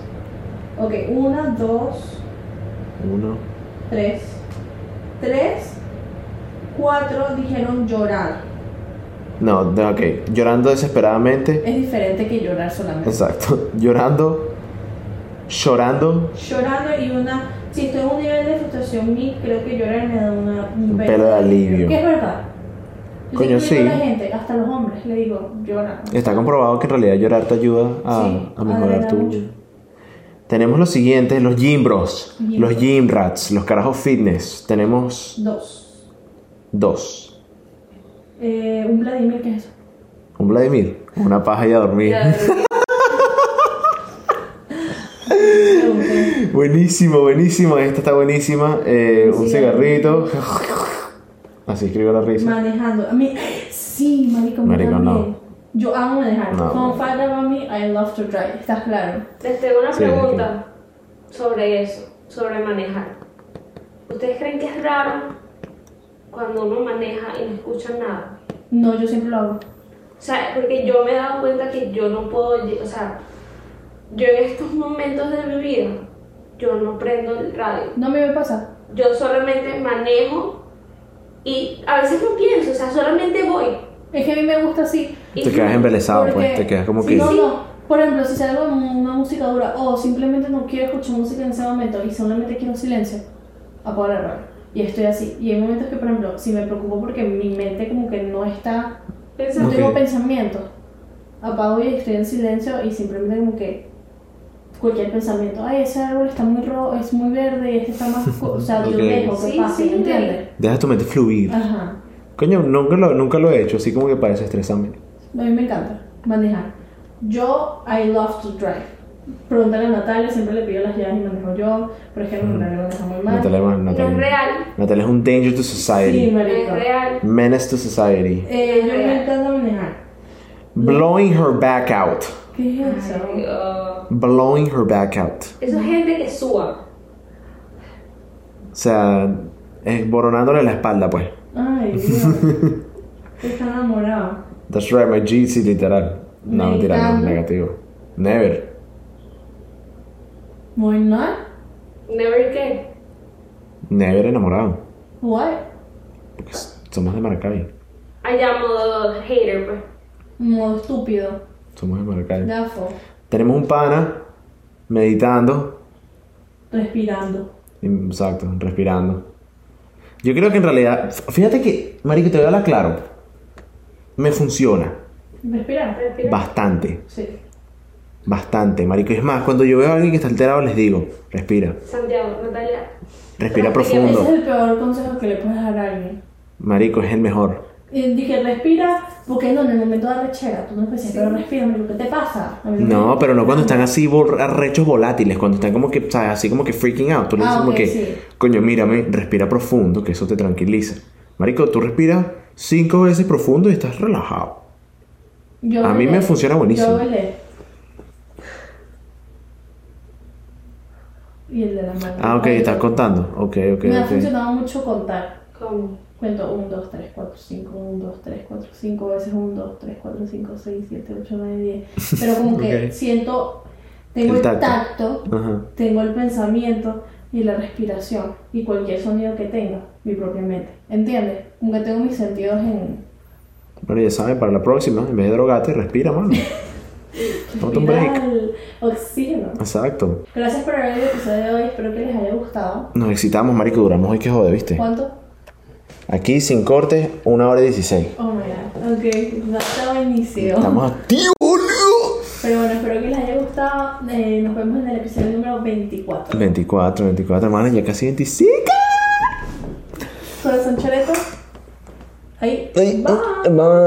S2: ¿ok? Una, dos,
S1: Uno.
S2: tres. Tres, cuatro dijeron llorar.
S1: No, de- ok. Llorando desesperadamente.
S2: Es diferente que llorar solamente.
S1: Exacto. Llorando. Llorando.
S2: Llorando y una, si estoy en un nivel de frustración, mi- creo que llorar me da una,
S1: Un pelo de alivio.
S2: Que es verdad. Yo
S1: Coño,
S2: siempre digo a
S1: sí.
S2: la gente, hasta los hombres, le digo, llora.
S1: Está comprobado que en realidad llorar te ayuda a,
S2: Sí,
S1: a mejorar
S2: a
S1: tu...
S2: drenar.
S1: Tenemos los siguientes, los gym bros,
S2: Gym
S1: los
S2: bros.
S1: gym rats, los carajos fitness. Tenemos
S2: Dos.
S1: dos.
S2: Eh, un Vladimir, ¿qué es eso?
S1: Un Vladimir, una paja y a dormir.
S3: ya,
S2: Pregunté.
S1: Buenísimo, buenísimo. Esta está buenísima. Eh,
S2: Un
S1: un cigarrito.
S2: cigarrito.
S1: Así escribe la risa.
S2: Manejando. A mí, sí, marico, me
S1: Marico, no.
S2: Yo amo manejar.
S1: No.
S2: Con falta para mí, I love to drive. ¿Estás claro?
S3: les tengo una
S1: Sí,
S3: pregunta sobre eso, sobre manejar. ¿Ustedes creen que es raro cuando uno maneja y no escucha nada?
S2: No, yo siempre lo hago.
S3: O sea, porque yo me he dado cuenta que yo no puedo, lle- o sea, yo en estos momentos de mi vida, yo no prendo el radio.
S2: No me va a pasar.
S3: Yo solamente manejo y a veces no pienso, o sea, solamente voy.
S2: Es que a mí me gusta así.
S3: Y
S1: Te quedas embelesado, pues. Te quedas como
S2: sí,
S1: que.
S2: No, no. Por ejemplo, si salgo en una música dura o simplemente no quiero escuchar música en ese momento y solamente quiero silencio, apago la radio. Y estoy así. Y hay momentos que, por ejemplo, si me preocupo porque mi mente como que no está No
S3: pensando,
S1: Ok.
S2: tengo pensamientos. Apago y estoy en silencio y simplemente como que cualquier pensamiento, ay, ese árbol está muy rojo, es muy verde y este está más... co-". O sea,
S1: Ok.
S2: yo dejo que
S3: Sí,
S2: pase,
S3: sí,
S2: ¿me ¿entiendes?
S1: Deja tu mente fluir.
S2: Ajá.
S1: Coño, nunca lo, nunca lo he hecho, así como que parece estresante.
S2: A mí me encanta manejar. Yo, I love to drive. Preguntarle a Natalia, siempre le pido las llaves y manejo yo, pero es que Natalia maneja muy mal.
S1: Natalia, bueno,
S3: no es
S1: Natalia.
S3: real,
S1: Natalia es un danger to
S2: Sí,
S1: society.
S3: no es
S2: marico.
S3: real.
S1: Menace to society.
S2: Eh, yo me encanta manejar.
S1: Blowing her back out.
S2: ¿Qué es eso?
S3: Ay, ah,
S1: Blowing her back out.
S3: Eso es gente que suba.
S1: O sea, esboronándole la espalda, pues.
S2: Ay, Dios. Está enamorado.
S1: That's right, my GC, literal. No,
S2: Me
S1: mentira, no,
S2: encanta.
S1: negativo. Never.
S2: Why not?
S3: Never que.
S1: Never enamorado.
S2: What?
S1: Porque s- somos de Maracay.
S3: I llamo eh, hater, pues.
S2: Modo estúpido.
S1: Somos de Maracay.
S2: Gafo.
S1: Tenemos un pana meditando.
S2: Respirando.
S1: Exacto, respirando. Yo creo que en realidad, f- fíjate que, Marico, te voy a hablar claro. Me funciona
S2: Respirar.
S3: Respira.
S1: bastante,
S2: Sí.
S1: bastante, Marico. Es más, cuando yo veo a alguien que está alterado, les digo, respira,
S3: Santiago, Natalia.
S1: respira
S3: Respira,
S2: Ese es
S1: profundo.
S2: el peor consejo que le puedes dar a alguien.
S1: Marico, es el mejor.
S2: Y dije, respira, porque no, en el momento de la rechera, tú no pensé, pero respira, me dijo, ¿qué te pasa? A mí me-
S1: No, pero no cuando están así bor- arrechos volátiles, cuando están como que, ¿sabes? Así como que freaking out. Tú le
S2: Ah,
S1: dices como
S2: ok,
S1: que,
S2: sí.
S1: coño, mírame, respira profundo, que eso te tranquiliza. Marico, tú respiras cinco veces profundo y estás relajado.
S2: Yo
S1: a mí me funciona buenísimo.
S2: Yo bailé. Y el de las manos.
S1: Ah, ok,
S2: Ay,
S1: estás contando. Ok, ok,
S2: Me ha
S1: ok.
S2: funcionado mucho contar.
S3: ¿Cómo?
S2: Cuento 1, 2, 3, 4, 5, 1, 2, 3, 4, 5 veces 1, 2, 3, 4, 5, 6, 7, 8, 9, 10. Pero como que
S1: Ok.
S2: siento, tengo
S1: El
S2: el
S1: tacto.
S2: tacto,
S1: Ajá.
S2: tengo el pensamiento y la respiración y cualquier sonido que tenga, mi propia mente. ¿Entiendes? Como que tengo mis sentidos en...
S1: Bueno, ya saben, para la próxima, en vez de drogarte, respira, mano. Tonto break.
S2: respirar oxígeno.
S1: Exacto.
S2: Gracias por ver el episodio de hoy, espero que les haya gustado.
S1: Nos excitamos, marico, duramos hoy que jode, ¿viste?
S2: ¿Cuánto?
S1: Aquí, sin cortes, una hora y 16.
S2: Oh my god, ok, no está buenísimo.
S1: Estamos activos, boludo.
S2: Pero bueno, espero que les haya gustado. Eh, nos vemos en el episodio número 24.
S1: 24, 24, hermano, ya casi 25.
S2: Corazón choreto. Ahí.
S1: Ay,
S2: Bye.
S1: Bye.